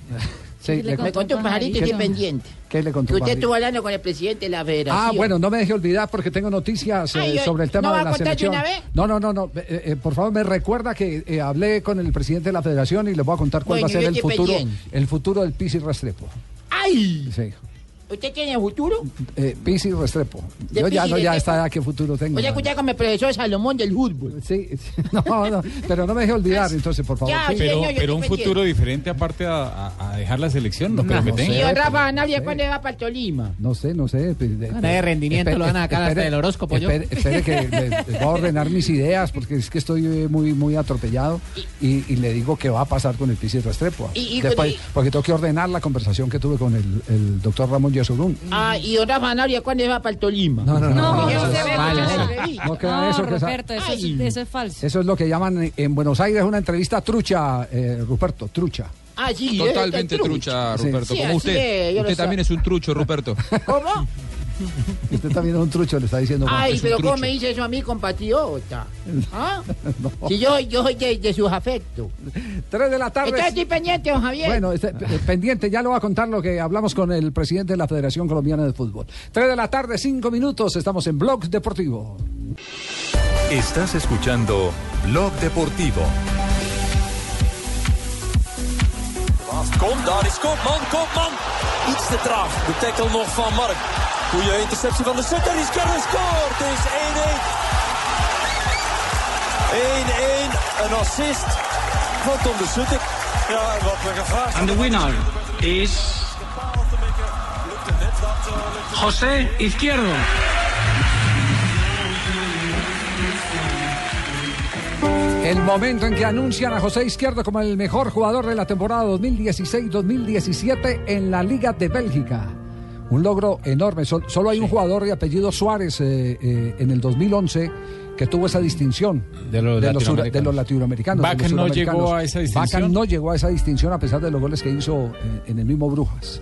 Speaker 7: sí,
Speaker 16: Me contó un pajarito y estoy pendiente.
Speaker 7: ¿Qué le contó
Speaker 16: Que usted
Speaker 7: Pajarito?
Speaker 16: estuvo hablando con el presidente de la federación.
Speaker 7: Ah, bueno, no me deje olvidar porque tengo noticias eh,
Speaker 16: Ay, ay,
Speaker 7: sobre el tema
Speaker 16: ¿no va
Speaker 7: de
Speaker 16: a
Speaker 7: la
Speaker 16: contar de
Speaker 7: selección.
Speaker 16: una vez?
Speaker 7: No, no, no, no. eh, eh, por favor, me recuerda que eh, hablé con el presidente de la Federación y le voy a contar cuál
Speaker 16: Bueno,
Speaker 7: va a ser
Speaker 16: yo
Speaker 7: el
Speaker 16: estoy
Speaker 7: futuro,
Speaker 16: pendiente.
Speaker 7: el futuro del Pisi Restrepo.
Speaker 16: ¡Ay!
Speaker 7: Sí.
Speaker 16: ¿Usted tiene futuro?
Speaker 7: Eh, Pisi Restrepo.
Speaker 16: De
Speaker 7: Yo ya
Speaker 16: Pisi
Speaker 7: no ya
Speaker 16: Restrepo.
Speaker 7: está qué futuro tengo.
Speaker 16: Voy a escuchar con mi profesor Salomón del fútbol.
Speaker 7: Sí, No, no, pero no me deje olvidar, entonces, por favor.
Speaker 16: Pues, Ya,
Speaker 7: sí.
Speaker 17: Pero,
Speaker 16: yo
Speaker 17: pero un
Speaker 16: estoy
Speaker 17: futuro diferente aparte a, a- a dejar la selección, no creo que tenga.
Speaker 16: Y don Rafa Anabia, ¿cuándo va para el Tolima?
Speaker 7: No sé, no sé. pues, de-
Speaker 16: Nada de rendimiento, lo van a sacar hasta del horóscopo, yo.
Speaker 7: Espere, espere que le- le voy a ordenar mis ideas porque es que estoy eh, muy, muy atropellado y, y le digo qué va a pasar con el Pisis Restrepo.
Speaker 16: Y- y-
Speaker 7: Después-
Speaker 16: y-
Speaker 7: porque tengo que ordenar la conversación que tuve con el, el doctor Ramón Yesurún.
Speaker 16: Ah, y don Rafa Anabia, ¿cuándo va para el Tolima?
Speaker 7: No, no, no, No, no, eso eso
Speaker 16: eso
Speaker 7: es
Speaker 16: se
Speaker 7: es
Speaker 16: ve
Speaker 7: falso.
Speaker 16: en la
Speaker 7: No,
Speaker 16: entrevista.
Speaker 7: no queda eso, que esa-
Speaker 10: eso, es-
Speaker 7: Ay.
Speaker 10: eso es falso.
Speaker 7: Eso es lo que llaman en- en Buenos Aires una entrevista trucha, eh, Ruperto, trucha.
Speaker 16: Ah, sí,
Speaker 5: Totalmente
Speaker 16: esto es
Speaker 5: trucha,
Speaker 7: Sí.
Speaker 5: Ruperto.
Speaker 16: Sí,
Speaker 5: como
Speaker 16: así
Speaker 5: usted.
Speaker 16: es, yo lo
Speaker 5: usted
Speaker 16: sé.
Speaker 5: también es un trucho, Ruperto.
Speaker 16: ¿Cómo?
Speaker 7: Usted también es un trucho, le está diciendo. Juan.
Speaker 16: Ay,
Speaker 7: Es un
Speaker 16: pero ¿cómo
Speaker 7: trucho.
Speaker 16: me dice eso a mí, compatriota? ¿Ah? Si yo, yo soy de, de sus afectos.
Speaker 7: Tres de la tarde.
Speaker 16: Entonces estoy pendiente, don Javier.
Speaker 7: Bueno, este, eh, pendiente, ya lo va a contar lo que hablamos con el presidente de la Federación Colombiana de Fútbol. Tres de la tarde, cinco minutos, estamos en Blog Deportivo.
Speaker 2: Estás escuchando Blog Deportivo.
Speaker 21: Kom, daar is Koopman, Koopman. Iets te traag. De tackle nog van Mark. Goede interceptie van de setter. Is Kerner scoort. Het is 1-1. 1-1. Een assist van Tom de Sutter. Ja, en wat we gevraagd
Speaker 6: And the winner is
Speaker 21: eh,
Speaker 6: José Izquierdo.
Speaker 7: El momento en que anuncian a José Izquierdo como el mejor jugador de la temporada 2016-2017 en la Liga de Bélgica. Un logro enorme. Sol- solo hay un jugador de apellido Suárez eh, eh, en el 2011 que tuvo esa distinción
Speaker 12: De los
Speaker 7: sura-
Speaker 12: latinoamericanos.
Speaker 7: de los latinoamericanos. de
Speaker 17: Vaca
Speaker 7: los
Speaker 17: no
Speaker 7: suramericanos.
Speaker 17: llegó a esa distinción.
Speaker 7: Vaca no llegó a esa distinción a pesar de los goles que hizo eh, en el mismo Brujas.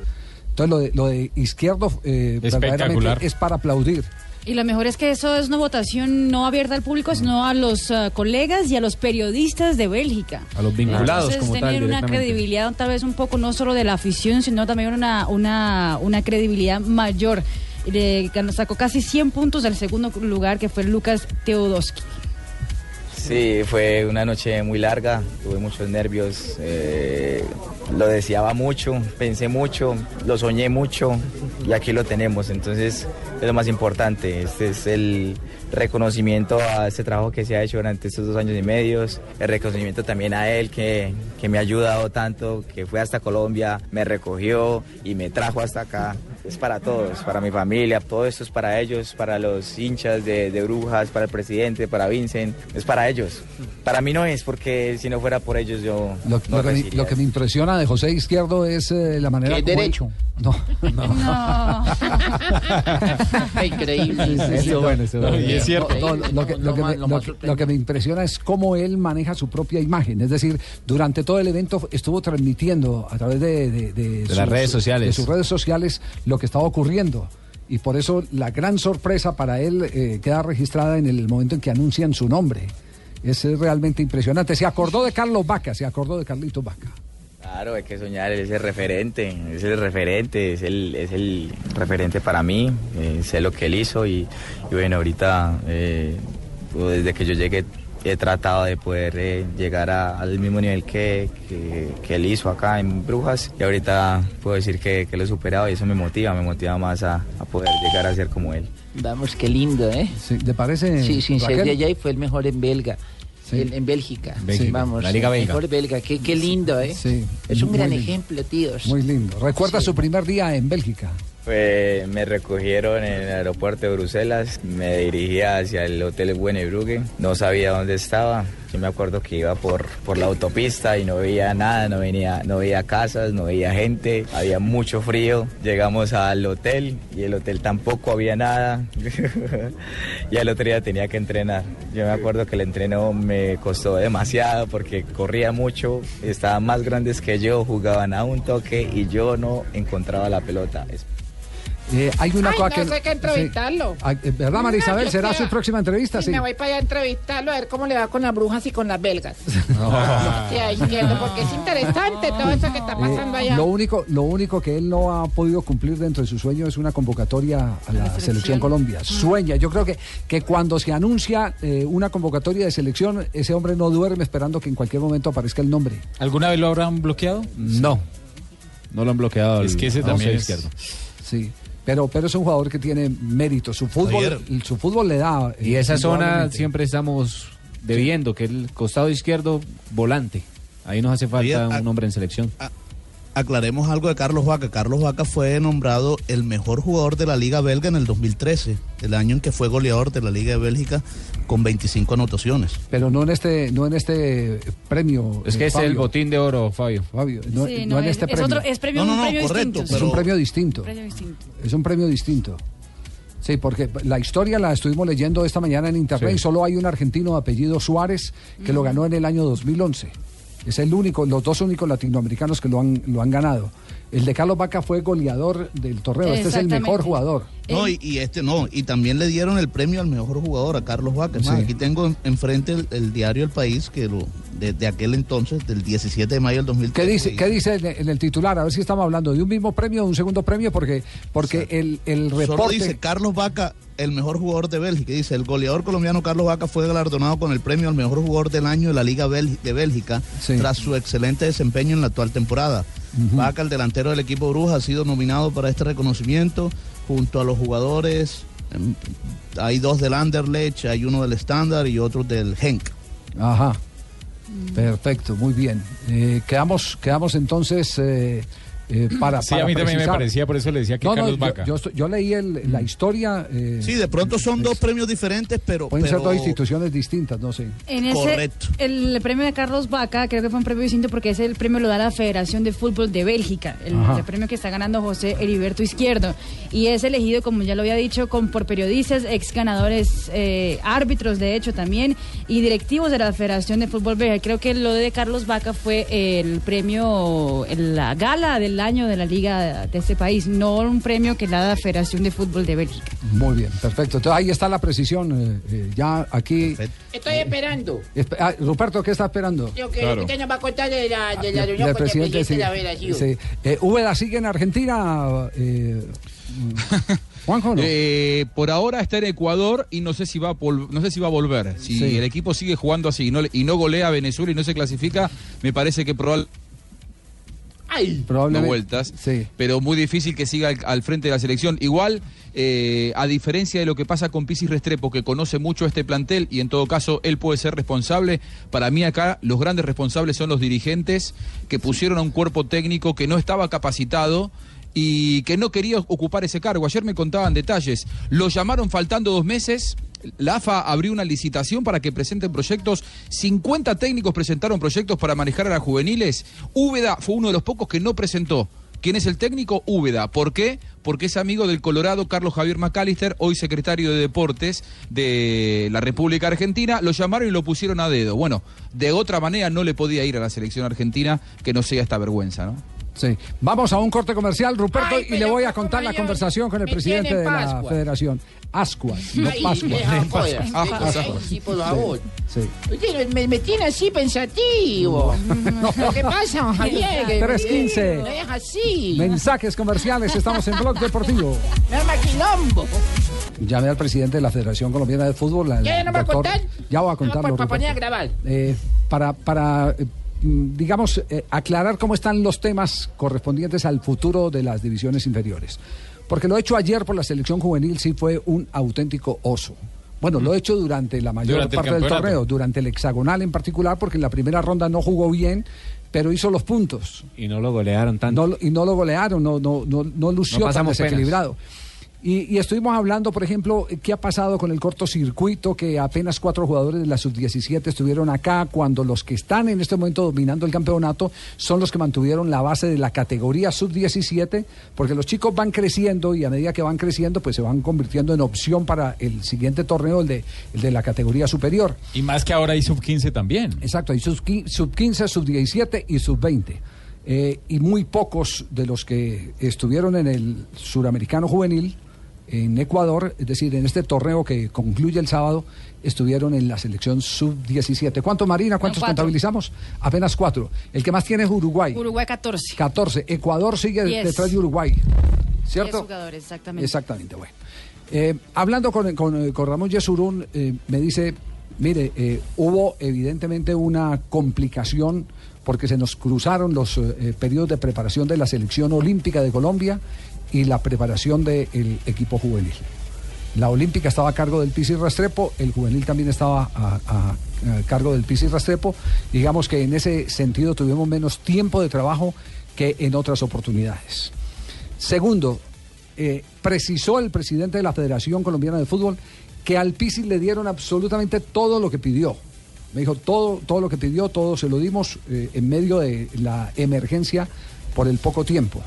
Speaker 7: Entonces lo de, lo de Izquierdo eh,
Speaker 17: Espectacular.
Speaker 7: verdaderamente es para aplaudir.
Speaker 10: Y lo mejor es que eso es una votación no abierta al público, sino a los eh, colegas y a los periodistas de Bélgica.
Speaker 12: A los vinculados
Speaker 10: Entonces,
Speaker 12: como tal.
Speaker 10: tener una
Speaker 12: directamente.
Speaker 10: credibilidad tal vez un poco no solo de la afición, sino también una, una, una credibilidad mayor. Le ganó- sacó casi 100 puntos del segundo lugar, que fue Lucas Teodoski.
Speaker 22: Sí, fue una noche muy larga, tuve muchos nervios, eh, lo deseaba mucho, pensé mucho, lo soñé mucho y aquí lo tenemos, entonces es lo más importante, este es el reconocimiento a este trabajo que se ha hecho durante estos dos años y medios, el reconocimiento también a él que, que me ha ayudado tanto, que fue hasta Colombia, me recogió y me trajo hasta acá. Es para todos, para mi familia, todo esto es para ellos, para los hinchas de, de Brujas, para el presidente, para Vincent, es para ellos. Para mí no es, porque si no fuera por ellos yo
Speaker 7: Lo,
Speaker 22: no
Speaker 7: lo que, me,
Speaker 22: recibiría
Speaker 7: lo que me impresiona de José Izquierdo es eh, la manera
Speaker 22: Que es
Speaker 7: como él-
Speaker 22: derecho.
Speaker 7: No,
Speaker 10: No.
Speaker 11: Increíble.
Speaker 7: Sí, sí, sí,
Speaker 11: Estuvo
Speaker 7: no,
Speaker 11: bueno, estuvo
Speaker 7: no,
Speaker 11: bueno.
Speaker 7: no,
Speaker 11: Es cierto.
Speaker 7: no, Lo que- lo que me- lo que- lo que me impresiona es cómo él maneja su propia imagen. Es decir, durante todo el evento estuvo transmitiendo a través de, de- de
Speaker 12: las redes sociales.
Speaker 7: de sus redes sociales lo que estaba ocurriendo. Y por eso la gran sorpresa para él eh, queda registrada en el momento en que anuncian su nombre. Es eh, realmente impresionante. Se acordó de Carlos Vaca, se acordó de Carlito Vaca.
Speaker 22: Claro, hay que soñar, él es el referente, es el referente, es el, es el referente para mí, eh, sé lo que él hizo y, y bueno, ahorita, eh, desde que yo llegué, he tratado de poder eh, llegar a- al mismo nivel que, que- que él hizo acá en Brujas. Y ahorita puedo decir que, que lo he superado y eso me motiva, me motiva más a, a poder llegar a ser como él.
Speaker 11: Vamos, qué lindo, ¿eh?
Speaker 7: Sí, ¿Te parece?
Speaker 11: Sí, sin ser
Speaker 7: Raquel?
Speaker 11: de allá y fue el mejor en Belga.
Speaker 7: Sí.
Speaker 11: En, en Bélgica.
Speaker 7: Bélgica,
Speaker 11: Sí, Vamos.
Speaker 7: la liga
Speaker 11: el
Speaker 7: belga.
Speaker 11: Mejor belga. Qué, qué lindo, ¿eh?
Speaker 7: Sí,
Speaker 11: Es un
Speaker 7: muy
Speaker 11: gran
Speaker 7: lindo.
Speaker 11: ejemplo, tíos.
Speaker 7: Muy lindo. ¿Recuerda su primer día en Bélgica?
Speaker 22: Fue- me recogieron en el aeropuerto de Bruselas, me dirigía hacia el Hotel Buenebrugue, no sabía dónde estaba. Yo me acuerdo que iba por, por la autopista y no veía nada, no, venía, no veía casas, no veía gente, había mucho frío. Llegamos al hotel y el hotel tampoco había nada. y al otro día tenía que entrenar. Yo me acuerdo que el entreno me costó demasiado porque corría mucho, estaban más grandes que yo, jugaban a un toque y yo no encontraba la pelota.
Speaker 7: Eh, hay una
Speaker 16: Ay,
Speaker 7: cosa
Speaker 16: no
Speaker 7: que.
Speaker 16: sé qué entrevistarlo.
Speaker 7: Sí. Ah, eh, ¿Verdad, María
Speaker 16: No,
Speaker 7: Isabel?
Speaker 16: yo
Speaker 7: ¿Será
Speaker 16: creo-
Speaker 7: su próxima entrevista?
Speaker 16: Sí,
Speaker 7: Sí.
Speaker 16: Me voy para allá a entrevistarlo a ver cómo le va con las brujas y con las belgas.
Speaker 7: Ah.
Speaker 16: Sí, ahí entiendo, porque es interesante todo eso que está pasando
Speaker 7: Eh,
Speaker 16: allá.
Speaker 7: lo, único, lo único que él no ha podido cumplir dentro de su sueño es una convocatoria a la, selección.
Speaker 16: Mm.
Speaker 7: Colombia. Sueña. Yo creo que, que cuando se anuncia eh, una convocatoria de selección, ese hombre no duerme esperando que en cualquier momento aparezca el nombre.
Speaker 17: ¿Alguna vez lo habrán bloqueado?
Speaker 12: No. No lo han bloqueado.
Speaker 17: Es
Speaker 12: al-
Speaker 17: que ese
Speaker 12: al
Speaker 17: también
Speaker 12: once
Speaker 17: es-
Speaker 12: izquierdo.
Speaker 7: Sí. Pero, pero es un jugador que tiene mérito. Su fútbol,
Speaker 12: Javier.
Speaker 7: su fútbol le da. eh,
Speaker 12: Y esa zona
Speaker 7: indudablemente.
Speaker 12: siempre estamos debiendo, que el costado izquierdo volante. Ahí nos hace falta un hombre en selección.
Speaker 15: Aclaremos algo de Carlos Vaca. Carlos Vaca fue nombrado el mejor jugador de la Liga Belga en el 2013, el año en que fue goleador de la Liga de Bélgica con 25 anotaciones.
Speaker 7: Pero no en este, no en este premio.
Speaker 12: Es
Speaker 7: eh,
Speaker 12: que es el
Speaker 7: Fabio.
Speaker 12: botín de oro, Fabio.
Speaker 7: Fabio, no,
Speaker 10: Sí,
Speaker 7: no
Speaker 10: no,
Speaker 7: en
Speaker 10: es-
Speaker 7: este
Speaker 10: es
Speaker 7: premio.
Speaker 10: otro- es premio- No, no, un no, premio correcto, distinto.
Speaker 7: Es un
Speaker 10: pero-
Speaker 7: premio distinto.
Speaker 10: Premio distinto.
Speaker 7: Es un premio distinto. Sí, porque la historia la estuvimos leyendo esta mañana en internet
Speaker 12: Sí.
Speaker 7: y solo hay un argentino de apellido Suárez que lo ganó en el año 2011. Es el único, los dos únicos latinoamericanos que lo han, lo han ganado. El de Carlos Vaca fue goleador del torneo. Este es el mejor jugador.
Speaker 15: No, y, y este no. Y también le dieron el premio al mejor jugador, a Carlos Vaca. Es más,
Speaker 7: Sí.
Speaker 15: Aquí tengo en- enfrente el, el diario El País, que lo, de, de aquel entonces, del 17 de mayo del 2013.
Speaker 7: ¿Qué dice, ¿Qué dice en, en el titular? A ver si estamos hablando de un mismo premio o de un segundo premio, porque, porque el, el
Speaker 15: Solo
Speaker 7: reporte.
Speaker 15: dice Carlos Vaca, el mejor jugador de Bélgica. Dice, el goleador colombiano Carlos Vaca fue galardonado con el premio al mejor jugador del año de la Liga Bel- de Bélgica tras su excelente desempeño en la actual temporada. Vaca, el delantero del equipo Bruja, ha sido nominado para este reconocimiento junto a los jugadores. em, Hay dos del Anderlecht, hay uno del Standard y otro del Genk.
Speaker 7: Ajá. Perfecto, muy bien. Eh, quedamos, quedamos entonces eh, eh, para.
Speaker 17: Sí, a mí
Speaker 7: para
Speaker 17: también me
Speaker 7: precisar.
Speaker 17: parecía, por eso le decía que
Speaker 7: No, no,
Speaker 17: Carlos
Speaker 7: yo-
Speaker 17: Vaca.
Speaker 7: Yo, estoy- yo leí el- la historia. eh,
Speaker 15: Sí, de pronto son dos premios diferentes, pero...
Speaker 7: Pueden ser
Speaker 15: pero-
Speaker 7: dos instituciones distintas, no sé.
Speaker 10: En ese, El premio de Carlos Vaca, creo que fue un premio distinto porque ese el premio lo da la Federación de Fútbol de Bélgica, el,
Speaker 1: Ajá.
Speaker 10: el premio que está ganando José Heriberto Izquierdo. Y es elegido, como ya lo había dicho, con, por periodistas, ex ganadores, eh, árbitros de hecho también, y directivos de la Federación de Fútbol Belga. Creo que lo de Carlos Vaca fue el premio, la gala del año de la liga de este país, no un premio que le da la Federación de Fútbol de Bélgica.
Speaker 7: Muy bien, perfecto. Entonces ahí está la precisión. eh, eh, ya aquí.
Speaker 16: Estoy esperando.
Speaker 7: Espe- ah, Ruperto, ¿qué está esperando?
Speaker 16: Yo que que usted nos va a contar de la, de la
Speaker 7: Ah,
Speaker 16: reunión
Speaker 7: del
Speaker 16: con este el presidente
Speaker 7: sí,
Speaker 16: de la Federación.
Speaker 7: sí. Eh, Úbeda sigue en Argentina. eh, Juanjo, ¿no?
Speaker 5: Eh, por ahora está en Ecuador y no sé si va a, pol- no sé si va a volver. Si
Speaker 7: Sí.
Speaker 5: el equipo sigue jugando así y no, le- y no golea a Venezuela y no se clasifica, me parece que probablemente
Speaker 7: Probablemente.
Speaker 5: vueltas,
Speaker 7: Sí.
Speaker 5: pero muy difícil que siga al, al frente de la selección. Igual, eh, a diferencia de lo que pasa con Pisis Restrepo, que conoce mucho este plantel y en todo caso él puede ser responsable, para mí acá los grandes responsables son los dirigentes que pusieron a un cuerpo técnico que no estaba capacitado y que no quería ocupar ese cargo. Ayer me contaban detalles. Lo llamaron faltando dos meses. La AFA abrió una licitación para que presenten proyectos. 50 técnicos presentaron proyectos para manejar a las juveniles. Úbeda fue uno de los pocos que no presentó. ¿Quién es el técnico? Úbeda. ¿Por qué? Porque es amigo del Colorado Carlos Javier McAllister, hoy secretario de Deportes de la República Argentina. Lo llamaron y lo pusieron a dedo. Bueno, de otra manera no le podía ir a la selección argentina que no sea esta vergüenza, ¿no?
Speaker 7: Sí. Vamos a un corte comercial, Ruperto, y le voy a contar la conversación con el
Speaker 5: me
Speaker 7: presidente
Speaker 5: tienen
Speaker 7: de la
Speaker 5: Pascua.
Speaker 7: Federación. Ascuas, no
Speaker 16: Ay,
Speaker 7: Pascuas.
Speaker 16: deja,
Speaker 7: Ascuas.
Speaker 16: joder.
Speaker 7: Ascuas,
Speaker 16: Ay,
Speaker 7: Ascuas.
Speaker 16: sí, por favor.
Speaker 7: Sí, sí.
Speaker 16: Usted me, me tiene así pensativo. ¿Qué pasa, don Javier? Que-
Speaker 7: 3:15.
Speaker 16: No es así.
Speaker 7: Mensajes comerciales, estamos en Blog Deportivo.
Speaker 16: No es maquilombo.
Speaker 7: Llame al presidente de la Federación Colombiana de Fútbol. al
Speaker 16: ¿Qué? ¿No va a
Speaker 7: doctor-
Speaker 16: contar?
Speaker 7: Ya voy a contarlo.
Speaker 16: No, por- para
Speaker 7: Ruperto.
Speaker 16: poner a grabar.
Speaker 7: Eh, para, para eh, mm, digamos, eh, aclarar cómo están los temas correspondientes al futuro de las divisiones inferiores. Porque lo hecho ayer por la selección juvenil sí fue un auténtico oso. Bueno, lo hecho durante la mayor
Speaker 1: Durante el
Speaker 7: parte del
Speaker 1: campeonato.
Speaker 7: torneo, durante el hexagonal en particular, porque en la primera ronda no jugó bien, pero hizo los puntos.
Speaker 12: Y no lo golearon tanto.
Speaker 7: No lo- y no lo golearon, no, no, no, no lució
Speaker 12: No
Speaker 7: tan
Speaker 12: pasamos
Speaker 7: desequilibrado. Y, y estuvimos hablando, por ejemplo, qué ha pasado con el cortocircuito, que apenas cuatro jugadores de la sub-17 estuvieron acá, cuando los que están en este momento dominando el campeonato son los que mantuvieron la base de la categoría sub-17, porque los chicos van creciendo y a medida que van creciendo, pues se van convirtiendo en opción para el siguiente torneo, el de, el de la categoría superior.
Speaker 17: Y más que ahora hay sub 15 también.
Speaker 7: Exacto, hay sub, qui- sub 15, sub 17 y sub 20. Eh, y muy pocos de los que estuvieron en el suramericano juvenil en Ecuador, es decir, en este torneo que concluye el sábado, estuvieron en la selección sub 17. ¿Cuántos Marina? ¿Cuántos
Speaker 23: cuatro.
Speaker 7: contabilizamos? Apenas cuatro. El que más tiene es Uruguay.
Speaker 23: Uruguay 14.
Speaker 7: 14. Ecuador sigue
Speaker 23: Diez.
Speaker 7: detrás de Uruguay.
Speaker 23: Diez
Speaker 7: ¿Cierto?
Speaker 23: jugadores, exactamente.
Speaker 7: Exactamente, bueno. Eh, hablando con, con- con Ramón Yesurún, eh, me dice, mire, eh, hubo evidentemente una complicación porque se nos cruzaron los eh, eh, periodos de preparación de la selección olímpica de Colombia y la preparación del equipo juvenil. La olímpica estaba a cargo del Pisi Restrepo, el juvenil también estaba a, a- a cargo del Pisi Restrepo. Digamos que en ese sentido tuvimos menos tiempo de trabajo que en otras oportunidades. Segundo, eh, precisó el presidente de la Federación Colombiana de Fútbol que al Pisi le dieron absolutamente todo lo que pidió. Me dijo, todo, todo lo que pidió, todo se lo dimos eh, en medio de la emergencia por el poco tiempo.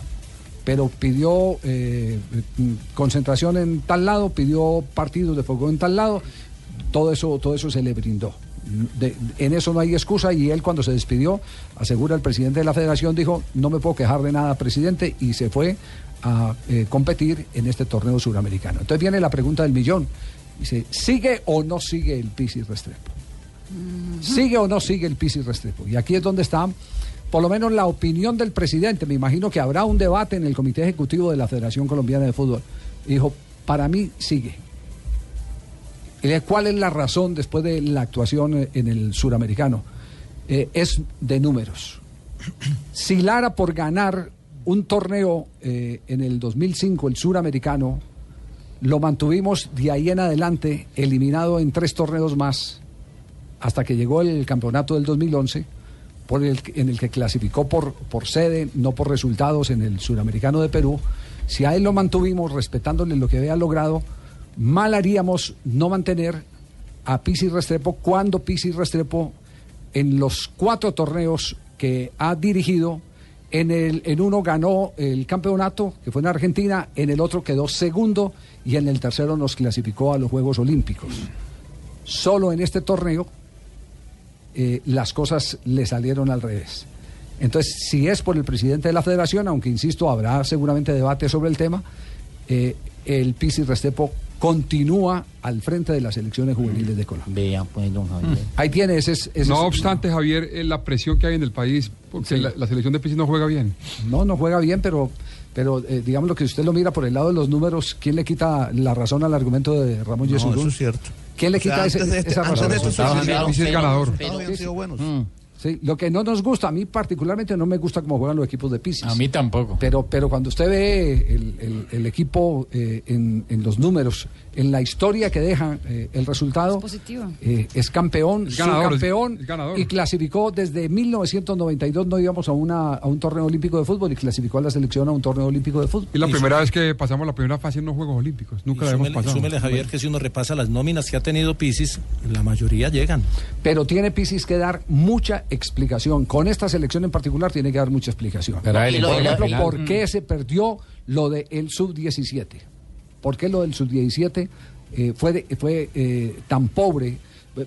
Speaker 7: Pero pidió eh, mm, concentración en tal lado, pidió partidos de fuego en tal lado, todo eso, todo eso se le brindó. De- en eso no hay excusa y él cuando se despidió, asegura el presidente de la federación, dijo, no me puedo quejar de nada, presidente, y se fue a eh, competir en este torneo suramericano. Entonces viene la pregunta del millón. Dice, ¿sigue o no sigue el Pisis Restrepo? ¿Sigue o no sigue el Pisis Restrepo? Y aquí es donde está, por lo menos, la opinión del presidente. Me imagino que habrá un debate en el Comité Ejecutivo de la Federación Colombiana de Fútbol. Y dijo, para mí sigue. Y le- ¿Cuál es la razón después de la actuación eh, en el suramericano? Eh, es de números. Si Lara por ganar un torneo eh, en el 2005, el suramericano, lo mantuvimos de ahí en adelante, eliminado en tres torneos más, hasta que llegó el campeonato del 2011, por el, que- en el que clasificó por, por sede, no por resultados en el suramericano de Perú. Si a él lo mantuvimos respetándole lo que había logrado, mal haríamos no mantener a Pisi Restrepo cuando Pisi Restrepo en los cuatro torneos que ha dirigido. En, el, en uno ganó el campeonato, que fue en Argentina, en el otro quedó segundo y en el tercero nos clasificó a los Juegos Olímpicos. Solo en este torneo eh, las cosas le salieron al revés. Entonces, si es por el presidente de la federación, aunque insisto, habrá seguramente debate sobre el tema, eh, el Pisi Restepo continúa al frente de las selecciones juveniles de Colombia.
Speaker 11: Vean, pues, don Javier.
Speaker 7: Ahí tiene ese... es- ese
Speaker 3: No
Speaker 7: es-
Speaker 3: obstante, Javier, eh, la presión que hay en el país, porque la, la selección de Pisis no juega bien.
Speaker 7: No, no juega bien, pero, pero eh, digamos lo que usted lo mira por el lado de los números, ¿quién le quita la razón al argumento de Ramón
Speaker 15: No,
Speaker 7: Yesurún?
Speaker 15: eso es cierto.
Speaker 7: ¿Quién le
Speaker 15: O sea,
Speaker 7: quita ese-
Speaker 15: antes de este-
Speaker 7: esa
Speaker 15: antes
Speaker 7: razón? Mm.
Speaker 15: de este Resultados suicidio, han sido pero- ganador. pero- Resultados han sido buenos.
Speaker 7: Sí, lo que no nos gusta, a mí particularmente no me gusta cómo juegan los equipos de Pisis. A mí tampoco. Pero, pero cuando usted ve el, el- el equipo eh, en, en los números, en la historia que deja eh, el resultado,
Speaker 23: Positivo.
Speaker 7: eh, es campeón,
Speaker 3: Es ganador,
Speaker 7: subcampeón
Speaker 3: es- es ganador.
Speaker 7: y clasificó desde 1992 no íbamos a una a un torneo olímpico de fútbol y clasificó a la selección a un torneo olímpico de fútbol.
Speaker 3: Y la primera vez que pasamos la primera fase en los Juegos Olímpicos. Nunca la hemos
Speaker 24: Súmele,
Speaker 3: pasado.
Speaker 24: súmele, Javier, que si uno repasa las nóminas que ha tenido Pisis, la mayoría llegan.
Speaker 7: Pero tiene Pisis que dar mucha explicación. Con esta selección en particular tiene que dar mucha explicación.
Speaker 24: Pero el
Speaker 7: por
Speaker 24: informe
Speaker 7: ejemplo,
Speaker 24: final-
Speaker 7: ¿por
Speaker 11: Mm.
Speaker 7: qué se perdió lo del sub-17? ¿Por qué lo del sub-17 eh, fue, de- fue eh, tan pobre?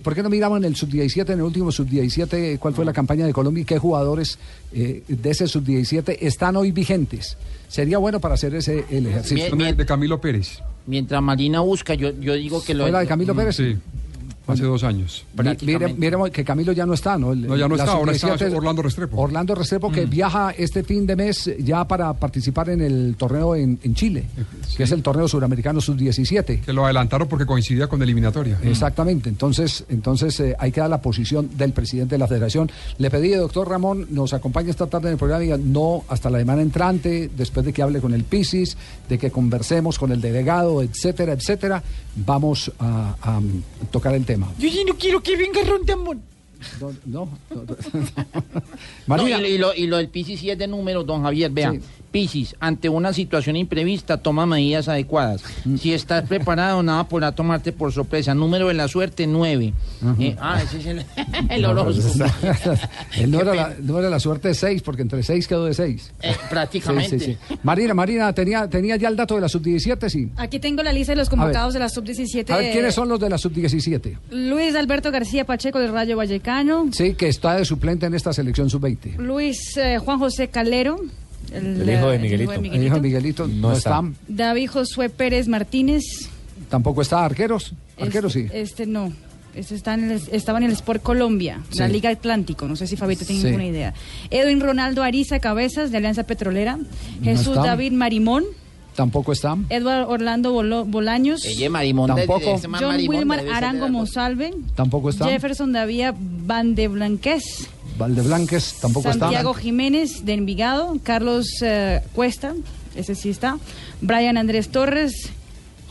Speaker 7: ¿Por qué no miraban el sub-17, en el último sub-17, cuál fue la campaña de Colombia y qué jugadores eh, de ese sub-17 están hoy vigentes? Sería bueno para hacer ese el ejercicio.
Speaker 11: Bien, bien.
Speaker 3: De Camilo Pérez.
Speaker 11: Mientras Marina busca, yo, yo digo que lo.
Speaker 24: Mm,
Speaker 7: ¿Fue la de Camilo Pérez?
Speaker 3: Sí. hace dos años.
Speaker 7: Miren, miren que Camilo ya no está, ¿no? El-
Speaker 3: No, ya no
Speaker 7: la
Speaker 3: está, ahora está
Speaker 7: sub-17
Speaker 3: Orlando Restrepo. Mm.
Speaker 7: Orlando Restrepo que viaja este fin de mes ya para participar en el torneo en, en Chile,
Speaker 3: Eh,
Speaker 7: que es el torneo suramericano sub-17.
Speaker 3: Que lo adelantaron porque coincidía con la eliminatoria.
Speaker 7: Exactamente, entonces, entonces eh, ahí queda la posición del presidente de la federación. Le pedí, doctor Ramón, nos acompaña esta tarde en el programa y diga, no hasta la semana entrante, después de que hable con el PISIS, de que conversemos con el delegado, etcétera, etcétera, vamos a, a, um, tocar el tema.
Speaker 6: Yo sí no quiero que venga Rondamón.
Speaker 7: No, no, María.
Speaker 11: No, y, lo- y lo, y lo del Pisis sí es de números, don Javier. Vea, Pisis, ante una situación imprevista, toma medidas adecuadas. Si estás preparado, nada podrá tomarte por sorpresa. Número de la suerte, 9. ah, ese es el, el horóscopo.
Speaker 7: El número, de la, número de la suerte es 6, porque entre 6 quedó de 6.
Speaker 11: Eh, prácticamente.
Speaker 7: Marina, Marina, tenía, tenía ya el dato de la sub-17, sí.
Speaker 10: Aquí tengo la lista de los convocados de la sub-17.
Speaker 7: A ver, ¿quiénes son los de la sub-17?
Speaker 10: Luis Alberto García Pacheco del Rayo Vallecano.
Speaker 7: Sí, que está de suplente en esta selección sub-20.
Speaker 10: Luis eh, Juan José Calero. eh,
Speaker 7: El hijo de
Speaker 10: Miguelito.
Speaker 7: El hijo de Miguelito no, está.
Speaker 10: David Josué Pérez Martínez.
Speaker 7: Tampoco está arqueros. Arqueros sí.
Speaker 10: Este no. Este está en el, estaba en el Sport Colombia, la
Speaker 7: Sí.
Speaker 10: Liga Atlántico. No sé si Fabito tiene
Speaker 7: Sí.
Speaker 10: ninguna idea. Edwin Ronaldo Ariza Cabezas, de Alianza Petrolera. Jesús
Speaker 7: está.
Speaker 10: David Marimón.
Speaker 7: Tampoco está.
Speaker 10: Edward Orlando Bolo- Bolaños.
Speaker 7: Ella Marimón de- Tampoco. de ese man
Speaker 10: John
Speaker 7: Marimón
Speaker 10: Wilmar
Speaker 7: debe ser de
Speaker 10: Arango
Speaker 7: la-
Speaker 10: Monsalve.
Speaker 7: Tampoco está.
Speaker 10: Jefferson Davía Van de Blanqués.
Speaker 7: Valdeblanques tampoco
Speaker 10: Santiago
Speaker 7: está.
Speaker 10: Jiménez de Envigado, Carlos eh, Cuesta, ese sí está, Brian Andrés Torres,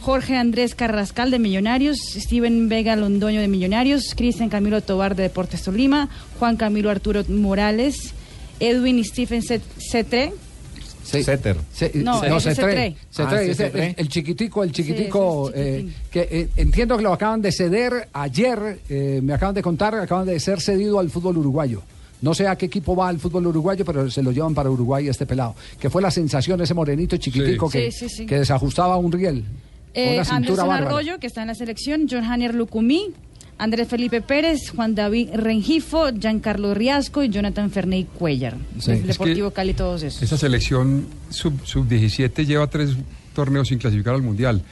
Speaker 10: Jorge Andrés Carrascal de Millonarios, Steven Vega Londoño de Millonarios, Cristian Camilo Tobar de Deportes Tolima, Juan Camilo Arturo Morales, Edwin y Stephen C- Cetré,
Speaker 7: Setter.
Speaker 10: No,
Speaker 7: no,
Speaker 10: ese es
Speaker 7: Cetré.
Speaker 10: Cetré.
Speaker 7: Cetré,
Speaker 10: Ah, ese
Speaker 7: ese-
Speaker 10: Cetré.
Speaker 7: el, el chiquitico, el chiquitico, eh, que eh, entiendo que lo acaban de ceder ayer, eh, me acaban de contar, acaban de ser cedido al fútbol uruguayo. No sé a qué equipo va el fútbol uruguayo, pero se lo llevan para Uruguay este pelado. Que fue la sensación, ese morenito chiquitico
Speaker 10: Sí.
Speaker 7: que,
Speaker 10: Sí, sí, sí.
Speaker 7: que desajustaba un riel.
Speaker 10: eh,
Speaker 7: una cintura
Speaker 10: Anderson
Speaker 7: bárbara.
Speaker 10: Arroyo, que está en la selección, John Hanier Lucumí, Andrés Felipe Pérez, Juan David Rengifo, Giancarlo Riasco y Jonathan Ferney Cuellar,
Speaker 3: Sí.
Speaker 10: del
Speaker 3: Es que-
Speaker 10: Deportivo Cali, todos esos.
Speaker 3: Esa selección sub- sub-17 lleva tres torneos sin clasificar al Mundial.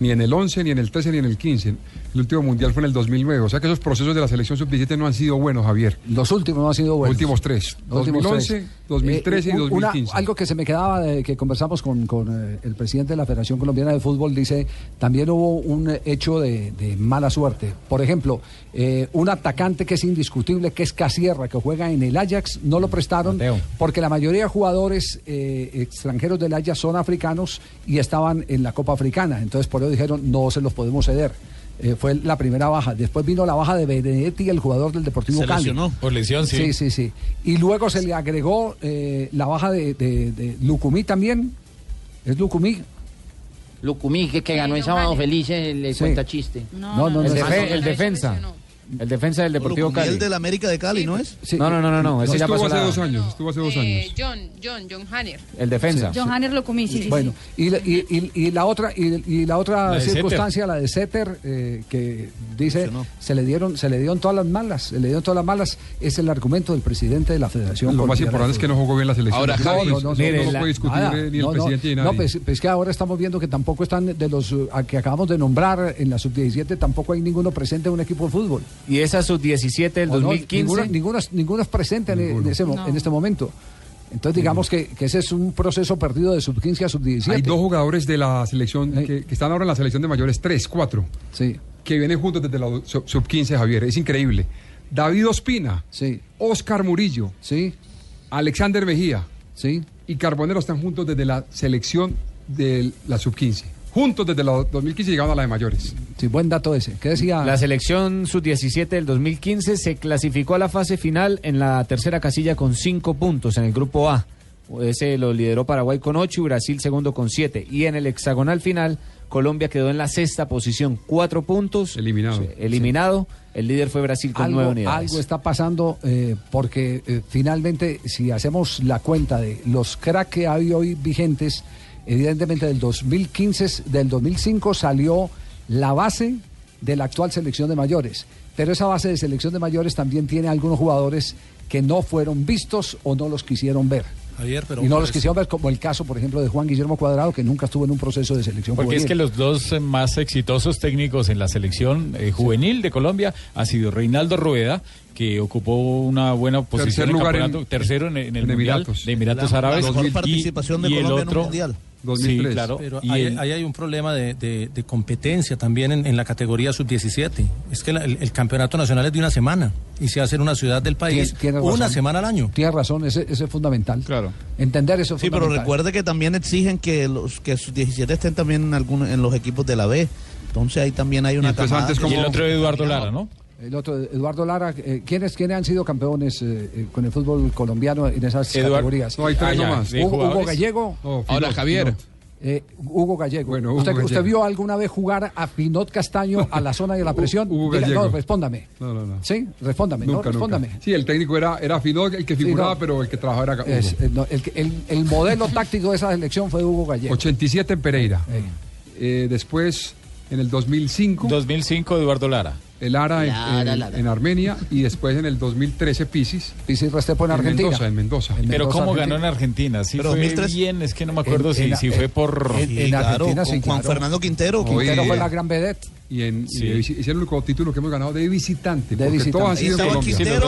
Speaker 3: Ni en el 11, ni en el 13, ni en el 15. El último Mundial fue en el 2009. O sea que esos procesos de la selección sub-17 no han sido buenos, Javier.
Speaker 7: Los últimos no han sido buenos.
Speaker 3: Últimos tres.
Speaker 7: Los últimos
Speaker 3: 2011,
Speaker 7: tres.
Speaker 3: 2013
Speaker 7: Eh,
Speaker 3: y
Speaker 7: un- una-
Speaker 3: 2015.
Speaker 7: algo que se me quedaba de que conversamos con, con, eh, el presidente de la Federación Colombiana de Fútbol, dice, también hubo un eh, hecho de, de mala suerte. Por ejemplo, eh, un atacante que es indiscutible, que es Casierra, que juega en el Ajax, no lo prestaron porque la mayoría de jugadores eh, extranjeros del Ajax son africanos y estaban en la Copa Africana. Entonces por eso dijeron, no se los podemos ceder. Eh, fue la primera baja. Después vino la baja de Benedetti, el jugador del Deportivo
Speaker 17: Se
Speaker 7: Cali.
Speaker 17: lesionó. Por lesión, sí.
Speaker 7: Sí, sí, sí. Y luego se le agregó eh, la baja de, de, de Lucumí también. ¿Es Lucumí?
Speaker 11: Lucumí, que, que ganó el sábado feliz, el, el
Speaker 7: Sí.
Speaker 11: cuenta chiste.
Speaker 7: No, no, no,
Speaker 12: el,
Speaker 7: no,
Speaker 12: defe-
Speaker 7: no, no,
Speaker 12: el
Speaker 7: no, pues,
Speaker 12: defensa. El defensa del Deportivo
Speaker 15: Lucumí,
Speaker 12: Cali.
Speaker 15: el del América de Cali, ¿no es?
Speaker 12: No, no, no, no, no, ese ya
Speaker 3: estuvo
Speaker 12: pasó
Speaker 3: hace
Speaker 12: la- Eh,
Speaker 3: dos años. Estuvo hace dos años.
Speaker 1: Eh, John, John, John Hanner.
Speaker 12: El defensa.
Speaker 10: John Hanner Lucumí, sí, sí,
Speaker 7: Bueno,
Speaker 10: sí.
Speaker 7: y la, y, y- y la otra, y, y la otra
Speaker 12: La de
Speaker 7: circunstancia, la de Setter, eh, que dice, se le dieron, se le dieron todas las malas, se le dieron todas las malas, es el argumento del presidente de la Federación.
Speaker 3: Lo más
Speaker 7: Colombiana
Speaker 3: importante
Speaker 7: de
Speaker 3: es que no jugó bien la selección.
Speaker 7: Ahora,
Speaker 3: No,
Speaker 7: Javi,
Speaker 3: no, no, no,
Speaker 7: mire,
Speaker 3: no
Speaker 7: la-
Speaker 3: puede discutir
Speaker 7: nada,
Speaker 3: eh, ni el
Speaker 7: no, no,
Speaker 3: presidente ni
Speaker 7: no,
Speaker 3: nadie.
Speaker 7: pues, pues que ahora estamos viendo que tampoco están de los eh, a que acabamos de nombrar en la sub-17, tampoco hay ninguno presente en un equipo de fútbol.
Speaker 12: Y esa sub-17 del
Speaker 7: ¿O no?
Speaker 12: 2015.
Speaker 7: Ninguno, ninguno es- ninguno es presente en- en, ese mo-
Speaker 12: No.
Speaker 7: en este momento. Entonces digamos que, que ese es un proceso perdido de sub-15 a sub-17.
Speaker 3: Hay dos jugadores de la selección que, que están ahora en la selección de mayores, tres, cuatro.
Speaker 7: Sí.
Speaker 3: Que vienen juntos desde la sub 15, Javier. Es increíble. David Ospina.
Speaker 7: Sí.
Speaker 3: Oscar Murillo.
Speaker 7: Sí.
Speaker 3: Alexander Mejía.
Speaker 7: Sí.
Speaker 3: Y Carbonero están juntos desde la selección de la sub 15. Juntos desde la 2015 llegaron a la de mayores.
Speaker 7: Sí, buen dato ese. ¿Qué decía?
Speaker 12: La selección sub-17 del 2015 se clasificó a la fase final en la tercera casilla con cinco puntos en el grupo A. Ese lo lideró Paraguay con ocho y Brasil segundo con siete. Y en el hexagonal final, Colombia quedó en la sexta posición, cuatro puntos. Eliminado. Eliminado. El líder fue Brasil con nueve
Speaker 7: algo,
Speaker 12: unidades.
Speaker 7: algo está pasando eh, porque eh, finalmente si hacemos la cuenta de los crack que hay hoy vigentes, evidentemente del 2015, s- del 2005 salió la base de la actual selección de mayores. Pero esa base de selección de mayores también tiene algunos jugadores que no fueron vistos o no los quisieron ver.
Speaker 24: Javier, pero...
Speaker 7: y no
Speaker 24: por
Speaker 7: los
Speaker 24: eso-
Speaker 7: quisieron ver, como el caso, por ejemplo, de Juan Guillermo Cuadrado, que nunca estuvo en un proceso de selección
Speaker 17: Porque es
Speaker 7: juvenil.
Speaker 17: que los dos eh, más exitosos técnicos en la selección eh, juvenil de Colombia ha sido Reinaldo Rueda, que ocupó una buena posición
Speaker 3: Tercer
Speaker 17: en
Speaker 3: lugar
Speaker 17: campeonato,
Speaker 3: en-
Speaker 17: tercero en, en el
Speaker 3: en
Speaker 17: Mundial
Speaker 3: Emiratos.
Speaker 17: de Emiratos
Speaker 24: La- la
Speaker 17: Árabes.
Speaker 24: mejor
Speaker 17: y-
Speaker 24: participación de
Speaker 17: y
Speaker 24: Colombia
Speaker 17: el
Speaker 24: en un
Speaker 17: otro,
Speaker 24: Mundial.
Speaker 17: Sí, claro.
Speaker 24: Pero
Speaker 17: y
Speaker 24: ahí,
Speaker 17: el-
Speaker 24: ahí hay un problema de, de- de competencia también en, en la categoría sub-17. Es que la- el, el campeonato nacional es de una semana y se hace en una ciudad del país
Speaker 7: Tien- tienes
Speaker 24: una
Speaker 7: razón.
Speaker 24: semana al año.
Speaker 7: Tienes razón, ese, ese es fundamental. Claro. Entender eso es
Speaker 15: Sí, pero
Speaker 7: fundamental.
Speaker 15: recuerde que también exigen que los que sus 17 estén también en algunos en los equipos de la B. Entonces ahí también hay una camada que-
Speaker 17: y el otro Eduardo Lara, ¿no?
Speaker 7: El otro, Eduardo Lara, eh, ¿quiénes, ¿quiénes han sido campeones eh, eh, con el fútbol colombiano en esas
Speaker 3: Eduardo-
Speaker 7: categorías?
Speaker 3: No, hay tres Ah, ya, nomás. de
Speaker 7: Hugo, Hugo
Speaker 3: jugadores.
Speaker 7: Gallego.
Speaker 3: No, Ahora, Finot, Javier. Finot.
Speaker 7: Eh, Hugo Gallego.
Speaker 3: Bueno, Hugo
Speaker 7: ¿Usted,
Speaker 3: Gallego.
Speaker 7: ¿Usted vio alguna vez jugar a Pinot Castaño a la zona de la presión?
Speaker 3: Hugo
Speaker 7: Diga,
Speaker 3: Gallego.
Speaker 7: no, respóndame.
Speaker 3: No, no, no.
Speaker 7: Sí, respóndame. no,
Speaker 3: Nunca, nunca.
Speaker 7: respóndame.
Speaker 3: Sí, el técnico era, era Finot, el que
Speaker 7: Sí,
Speaker 3: figuraba,
Speaker 7: no.
Speaker 3: pero el que trabajaba era Hugo.
Speaker 7: Es, eh, no, el, que- el- el modelo táctico de esa selección fue Hugo Gallego.
Speaker 3: 87 en Pereira. Eh, después, en el 2005.
Speaker 17: 2005, Eduardo Lara.
Speaker 3: El Lara, en-
Speaker 7: Lara,
Speaker 3: en,
Speaker 7: Lara.
Speaker 3: en Restrepo Armenia. Y después, en el 2013, Pisis.
Speaker 7: Pisis Restrepo en Argentina.
Speaker 3: Mendoza, en Mendoza.
Speaker 17: Pero cómo ganó en Argentina, sí
Speaker 3: Pero
Speaker 17: fue
Speaker 3: 2003
Speaker 17: bien, es que no me acuerdo
Speaker 3: en-
Speaker 17: si,
Speaker 3: en-
Speaker 17: si
Speaker 3: en-
Speaker 17: fue por...
Speaker 3: en- en Sí, claro, Argentina, con sí, Juan claro. Fernando Quintero, Quintero fue la
Speaker 7: gran vedette.
Speaker 3: Y, en, y de visi- es el único título que hemos ganado de visitante.
Speaker 7: De
Speaker 3: porque
Speaker 7: visitante.
Speaker 3: todos
Speaker 7: Ahí
Speaker 3: han sido en
Speaker 7: estaba
Speaker 3: Colombia.
Speaker 7: Quintero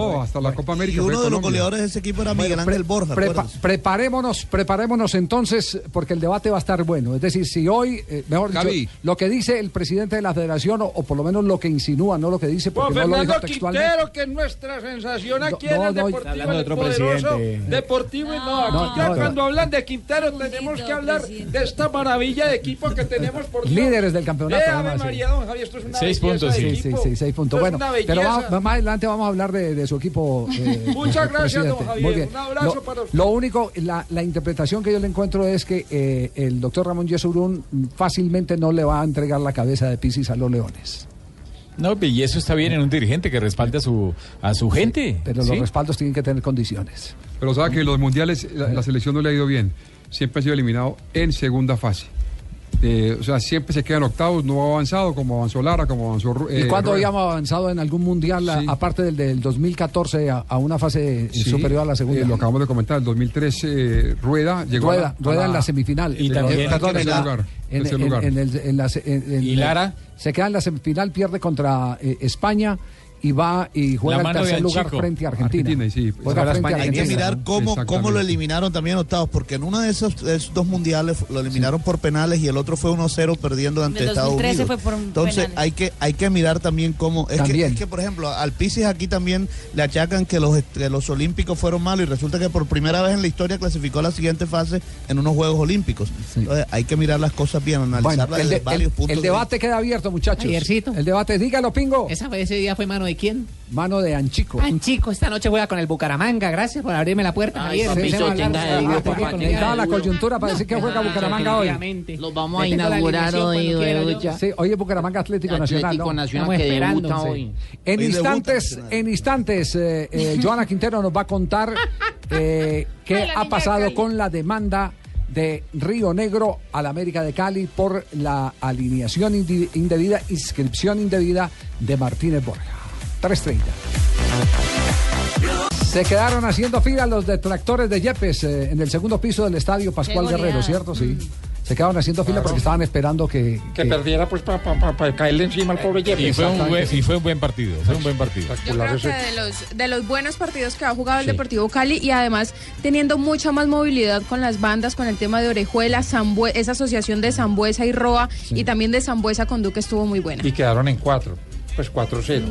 Speaker 3: Todos, no, hasta la Copa América.
Speaker 15: Y
Speaker 3: fue
Speaker 15: uno de los
Speaker 3: Colombia.
Speaker 15: goleadores de ese equipo era Miguel
Speaker 7: Bueno,
Speaker 15: Ángel
Speaker 7: pre-
Speaker 15: Borja.
Speaker 7: prepa-
Speaker 15: acuérdate.
Speaker 7: preparémonos, preparémonos entonces, porque el debate va a estar bueno. Es decir, si hoy, eh, mejor dicho,
Speaker 15: Gaby.
Speaker 7: lo que dice el presidente de la federación, o, o por lo menos lo que insinúa, no lo que dice, porque no lo dijo
Speaker 1: Fernando
Speaker 7: textualmente.
Speaker 1: Quintero, que es nuestra sensación aquí
Speaker 7: No,
Speaker 1: en el
Speaker 7: no,
Speaker 1: Deportivo
Speaker 7: hablando de
Speaker 1: el
Speaker 7: otro
Speaker 1: Poderoso,
Speaker 7: presidente.
Speaker 1: Deportivo y no, aquí
Speaker 7: No,
Speaker 1: ya
Speaker 7: no, no.
Speaker 1: cuando hablan de Quintero tenemos que hablar de esta maravilla de equipo que tenemos por Dios.
Speaker 7: Líderes del campeonato,
Speaker 1: Ve, Ave
Speaker 7: además, sí.
Speaker 1: María, don Javier, esto es Pues una
Speaker 17: Seis
Speaker 1: belleza
Speaker 17: puntos,
Speaker 1: de
Speaker 17: sí.
Speaker 7: Sí, sí,
Speaker 1: equipo.
Speaker 7: sí, seis puntos.
Speaker 1: Esto es
Speaker 7: Bueno,
Speaker 1: una
Speaker 7: pero
Speaker 1: belleza.
Speaker 7: va- más adelante vamos a hablar de, de su equipo. eh,
Speaker 1: Muchas
Speaker 7: eh,
Speaker 1: gracias, don
Speaker 7: presidente.
Speaker 1: Javier.
Speaker 7: Muy bien.
Speaker 1: Un abrazo
Speaker 7: lo,
Speaker 1: para usted.
Speaker 7: Lo único, la, la interpretación que yo le encuentro es que eh, el doctor Ramón Yesurún fácilmente no le va a entregar la cabeza de Pisis a los leones.
Speaker 17: No, y eso está bien en un dirigente que respalde a su, a su gente.
Speaker 7: Pero
Speaker 17: ¿sí?
Speaker 7: los respaldos tienen que tener condiciones.
Speaker 3: Pero sabe que los mundiales, la, la selección no le ha ido bien. Siempre ha sido eliminado en segunda fase. Eh, o sea, siempre se quedan octavos, no ha avanzado como avanzó Lara, como avanzó. Ru-
Speaker 7: ¿Y
Speaker 3: eh,
Speaker 7: cuándo
Speaker 3: Rueda.
Speaker 7: habíamos avanzado en algún mundial, a-
Speaker 3: Sí.
Speaker 7: aparte del del 2014, a, a una fase eh,
Speaker 3: Sí,
Speaker 7: superior a la segunda?
Speaker 3: eh, lo acabamos de comentar, el 2003 eh, Rueda llegó a
Speaker 7: Rueda,
Speaker 3: la- a
Speaker 7: Rueda en la semifinal.
Speaker 3: Y
Speaker 7: Pero,
Speaker 3: también
Speaker 7: perdón, en
Speaker 3: tercer
Speaker 7: la-
Speaker 3: lugar.
Speaker 7: en-
Speaker 3: tercer
Speaker 7: en-
Speaker 3: lugar.
Speaker 7: en el- en la se- en- en-
Speaker 3: ¿Y Lara?
Speaker 7: Se queda en la semifinal, pierde contra eh, España y va y juega
Speaker 3: La
Speaker 7: en
Speaker 3: mano de
Speaker 7: tercer lugar
Speaker 3: Anchico.
Speaker 7: frente a Argentina.
Speaker 3: Argentina, y
Speaker 15: pues,
Speaker 3: sí,
Speaker 7: Juega frente a
Speaker 15: Hay que
Speaker 7: Argentina.
Speaker 15: mirar cómo, cómo lo eliminaron también en octavos, porque en uno de esos, de esos dos mundiales lo eliminaron por penales y el otro fue 1-0 perdiendo ante
Speaker 10: El
Speaker 15: Estados
Speaker 10: 2013
Speaker 15: Unidos.
Speaker 10: fue por un
Speaker 15: Entonces
Speaker 10: penales.
Speaker 15: hay que, hay que mirar también cómo... Es,
Speaker 7: También.
Speaker 15: Que, es que, por ejemplo, al Pisis aquí también le achacan que los, que los olímpicos fueron malos y resulta que por primera vez en la historia clasificó a la siguiente fase en unos Juegos Olímpicos. Entonces hay que mirar las cosas bien,
Speaker 7: Bueno,
Speaker 15: analizarlas
Speaker 7: el,
Speaker 15: desde
Speaker 7: de-
Speaker 15: varios
Speaker 7: el-
Speaker 15: puntos
Speaker 7: el
Speaker 15: de
Speaker 7: debate queda abierto, muchachos.
Speaker 23: Javiercito.
Speaker 7: El debate, dígalo, Pingo.
Speaker 23: Esa fue, ese día fue mano de quién?
Speaker 7: Mano de Anchico.
Speaker 23: Anchico, esta noche juega con el Bucaramanga. Gracias por abrirme la puerta,
Speaker 7: Ay,
Speaker 23: Javier.
Speaker 7: papi,
Speaker 23: Empecemos a
Speaker 7: soy
Speaker 23: hablar
Speaker 7: tenga
Speaker 23: de-
Speaker 7: de-
Speaker 23: Ah, porque
Speaker 7: papi,
Speaker 23: con
Speaker 7: tenga
Speaker 23: la
Speaker 7: de-
Speaker 23: coyuntura
Speaker 7: parece que juega Bucaramanga hoy.
Speaker 23: Definitivamente.
Speaker 11: Los vamos a
Speaker 7: Le tengo la
Speaker 11: inaugurar
Speaker 7: alineación
Speaker 11: hoy,
Speaker 7: cuando quiera
Speaker 11: Edu,
Speaker 7: yo.
Speaker 11: ya.
Speaker 7: Sí, hoy es Bucaramanga Atlético,
Speaker 11: Atlético
Speaker 7: Nacional. ¿no?
Speaker 11: Nacional Estamos que esperando, debuta sí. hoy.
Speaker 7: En
Speaker 11: Hoy debuta
Speaker 7: instantes, en instantes, eh, eh, Joana Quintero nos va a contar eh, qué ha pasado con la demanda de Río Negro a la América de Cali por la alineación indi- indebida, inscripción indebida de Martínez Borja. 3.30. Se quedaron haciendo fila los detractores de Yepes eh, en el segundo piso del estadio Pascual
Speaker 1: Qué goleada.
Speaker 7: Guerrero, ¿cierto?
Speaker 4: Mm.
Speaker 7: Sí. Se quedaron haciendo fila
Speaker 1: Claro.
Speaker 7: porque estaban esperando que,
Speaker 1: Que perdiera pues para caerle encima al pobre Yepes.
Speaker 17: Y fue, un buen, y fue un buen partido, fue un buen partido.
Speaker 4: Yo creo que de los, de los buenos partidos que ha jugado el
Speaker 17: Sí.
Speaker 4: Deportivo Cali y además teniendo mucha más movilidad con las bandas, con el tema de Orejuela, Sambue- esa asociación de Zambuesa y Roa y también de Zambuesa con Duque estuvo muy buena.
Speaker 1: Y quedaron en cuatro. Pues 4-0.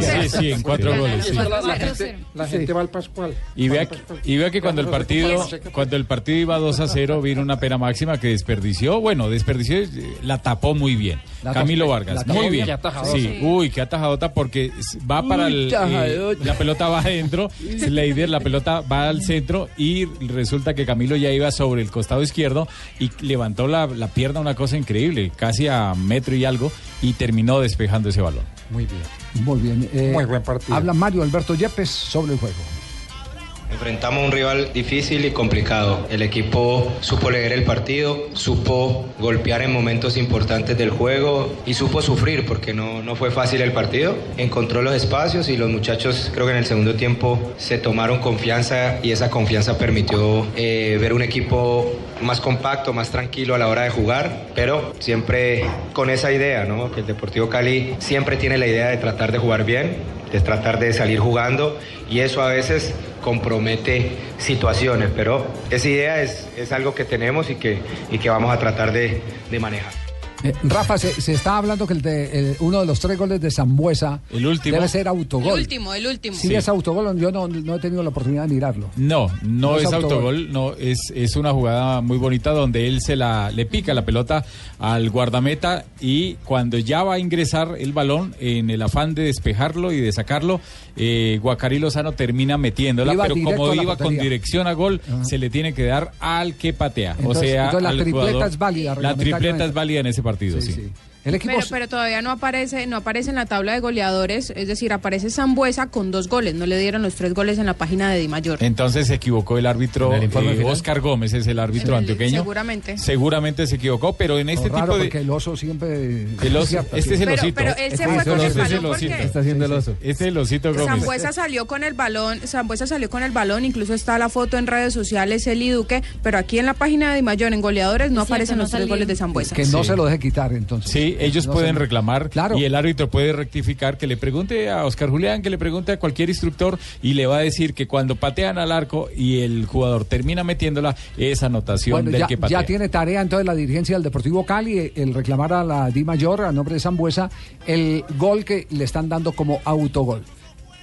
Speaker 17: Sí, sí, en cuatro goles. sí.
Speaker 1: La, la gente, la gente va al Pascual.
Speaker 17: Y vea, que, y vea que cuando el partido cuando el partido iba 2 a 0 vino una pena máxima que desperdició, bueno, desperdició, eh, la tapó muy bien.
Speaker 24: La
Speaker 17: Camilo
Speaker 24: tapó-
Speaker 17: Vargas,
Speaker 24: la tapó
Speaker 17: muy
Speaker 24: bien.
Speaker 17: bien.
Speaker 24: Qué atajadota.
Speaker 17: Sí, uy, qué atajadota porque s- va para
Speaker 24: Uy,
Speaker 17: el eh,
Speaker 24: tajadota.
Speaker 17: la pelota va adentro, Leider la pelota va al centro y resulta que Camilo ya iba sobre el costado izquierdo y levantó la, la pierna una cosa increíble, casi a metro y algo y terminó despejando ese balón.
Speaker 7: Muy bien. Muy bien. eh,
Speaker 17: Muy buen partido.
Speaker 7: Habla Mario Alberto Yepes sobre el juego.
Speaker 14: El
Speaker 8: Enfrentamos un rival difícil y complicado. El equipo supo leer el partido, supo golpear en momentos importantes del juego y supo sufrir porque no, no fue fácil el partido. Encontró los espacios y los muchachos creo que en el segundo tiempo se tomaron confianza y esa confianza permitió eh, ver un equipo más compacto, más tranquilo a la hora de jugar, pero siempre con esa idea, ¿no? Que el Deportivo Cali siempre tiene la idea de tratar de jugar bien, de tratar de salir jugando y eso a veces compromete situaciones, pero esa idea es, es algo que tenemos y que, y que vamos a tratar de, de manejar.
Speaker 7: Eh, Rafa, se, se está hablando que el de- el- uno de los tres goles de Zambuesa
Speaker 17: El último.
Speaker 7: debe ser autogol.
Speaker 4: El último, el último.
Speaker 7: Sí, es autogol, yo no, no he tenido la oportunidad de mirarlo.
Speaker 17: No, no,
Speaker 7: No
Speaker 17: es,
Speaker 7: es
Speaker 17: autogol, no, es, es una jugada muy bonita donde él se la le pica la pelota al guardameta y cuando ya va a ingresar el balón en el afán de despejarlo y de sacarlo, eh, Guacari Lozano termina metiéndola,
Speaker 7: Iba
Speaker 17: pero
Speaker 7: directo
Speaker 17: como
Speaker 7: a la
Speaker 17: iba con
Speaker 7: portería.
Speaker 17: dirección a gol, se le tiene que dar al que patea. o
Speaker 7: Entonces-
Speaker 17: sea,
Speaker 7: entonces la
Speaker 17: al
Speaker 7: tripleta
Speaker 17: jugador-
Speaker 7: es válida,
Speaker 17: La tripleta es
Speaker 7: reglamentariamente.
Speaker 17: válida en ese partido, sí.
Speaker 7: El
Speaker 4: Pero, pero todavía no aparece, no aparece en la tabla de goleadores, es decir, aparece Zambuesa con dos goles, no le dieron los tres goles en la página de Di Mayor.
Speaker 17: Entonces se equivocó el árbitro,
Speaker 4: ¿En el informe
Speaker 17: eh,
Speaker 4: final?
Speaker 17: Oscar Gómez es el árbitro antioqueño.
Speaker 4: Seguramente.
Speaker 17: Seguramente se equivocó, pero en este
Speaker 7: Raro,
Speaker 17: tipo de,
Speaker 7: porque el oso siempre...
Speaker 17: El oso,
Speaker 7: acierta,
Speaker 17: este es el
Speaker 4: Pero-
Speaker 17: osito.
Speaker 4: pero él se
Speaker 17: Este
Speaker 4: fue
Speaker 17: es
Speaker 4: con el
Speaker 17: osito, este es
Speaker 4: balón
Speaker 17: osito.
Speaker 4: porque-
Speaker 12: Está haciendo el oso.
Speaker 17: Este es el osito Gómez.
Speaker 4: Zambuesa salió con el balón, Zambuesa salió con el balón, incluso está la foto en redes sociales, el Duque, pero aquí en la página de Di Mayor, en goleadores, no
Speaker 10: Es cierto,
Speaker 4: aparecen
Speaker 10: no
Speaker 4: los tres
Speaker 10: salieron.
Speaker 4: goles de Zambuesa.
Speaker 7: Que no
Speaker 17: Sí.
Speaker 7: se lo deje quitar, entonces.
Speaker 17: Sí, ellos
Speaker 7: No
Speaker 17: pueden
Speaker 7: se-
Speaker 17: reclamar y el árbitro puede rectificar, que le pregunte a Oscar Julián, que le pregunte a cualquier instructor y le va a decir que cuando patean al arco y el jugador termina metiéndola, es anotación
Speaker 7: Bueno,
Speaker 17: del
Speaker 7: ya,
Speaker 17: que
Speaker 7: ya
Speaker 17: patea.
Speaker 7: tiene tarea entonces la dirigencia del Deportivo Cali eh, el reclamar a la Di Mayor a nombre de Zambuesa el gol que le están dando como autogol.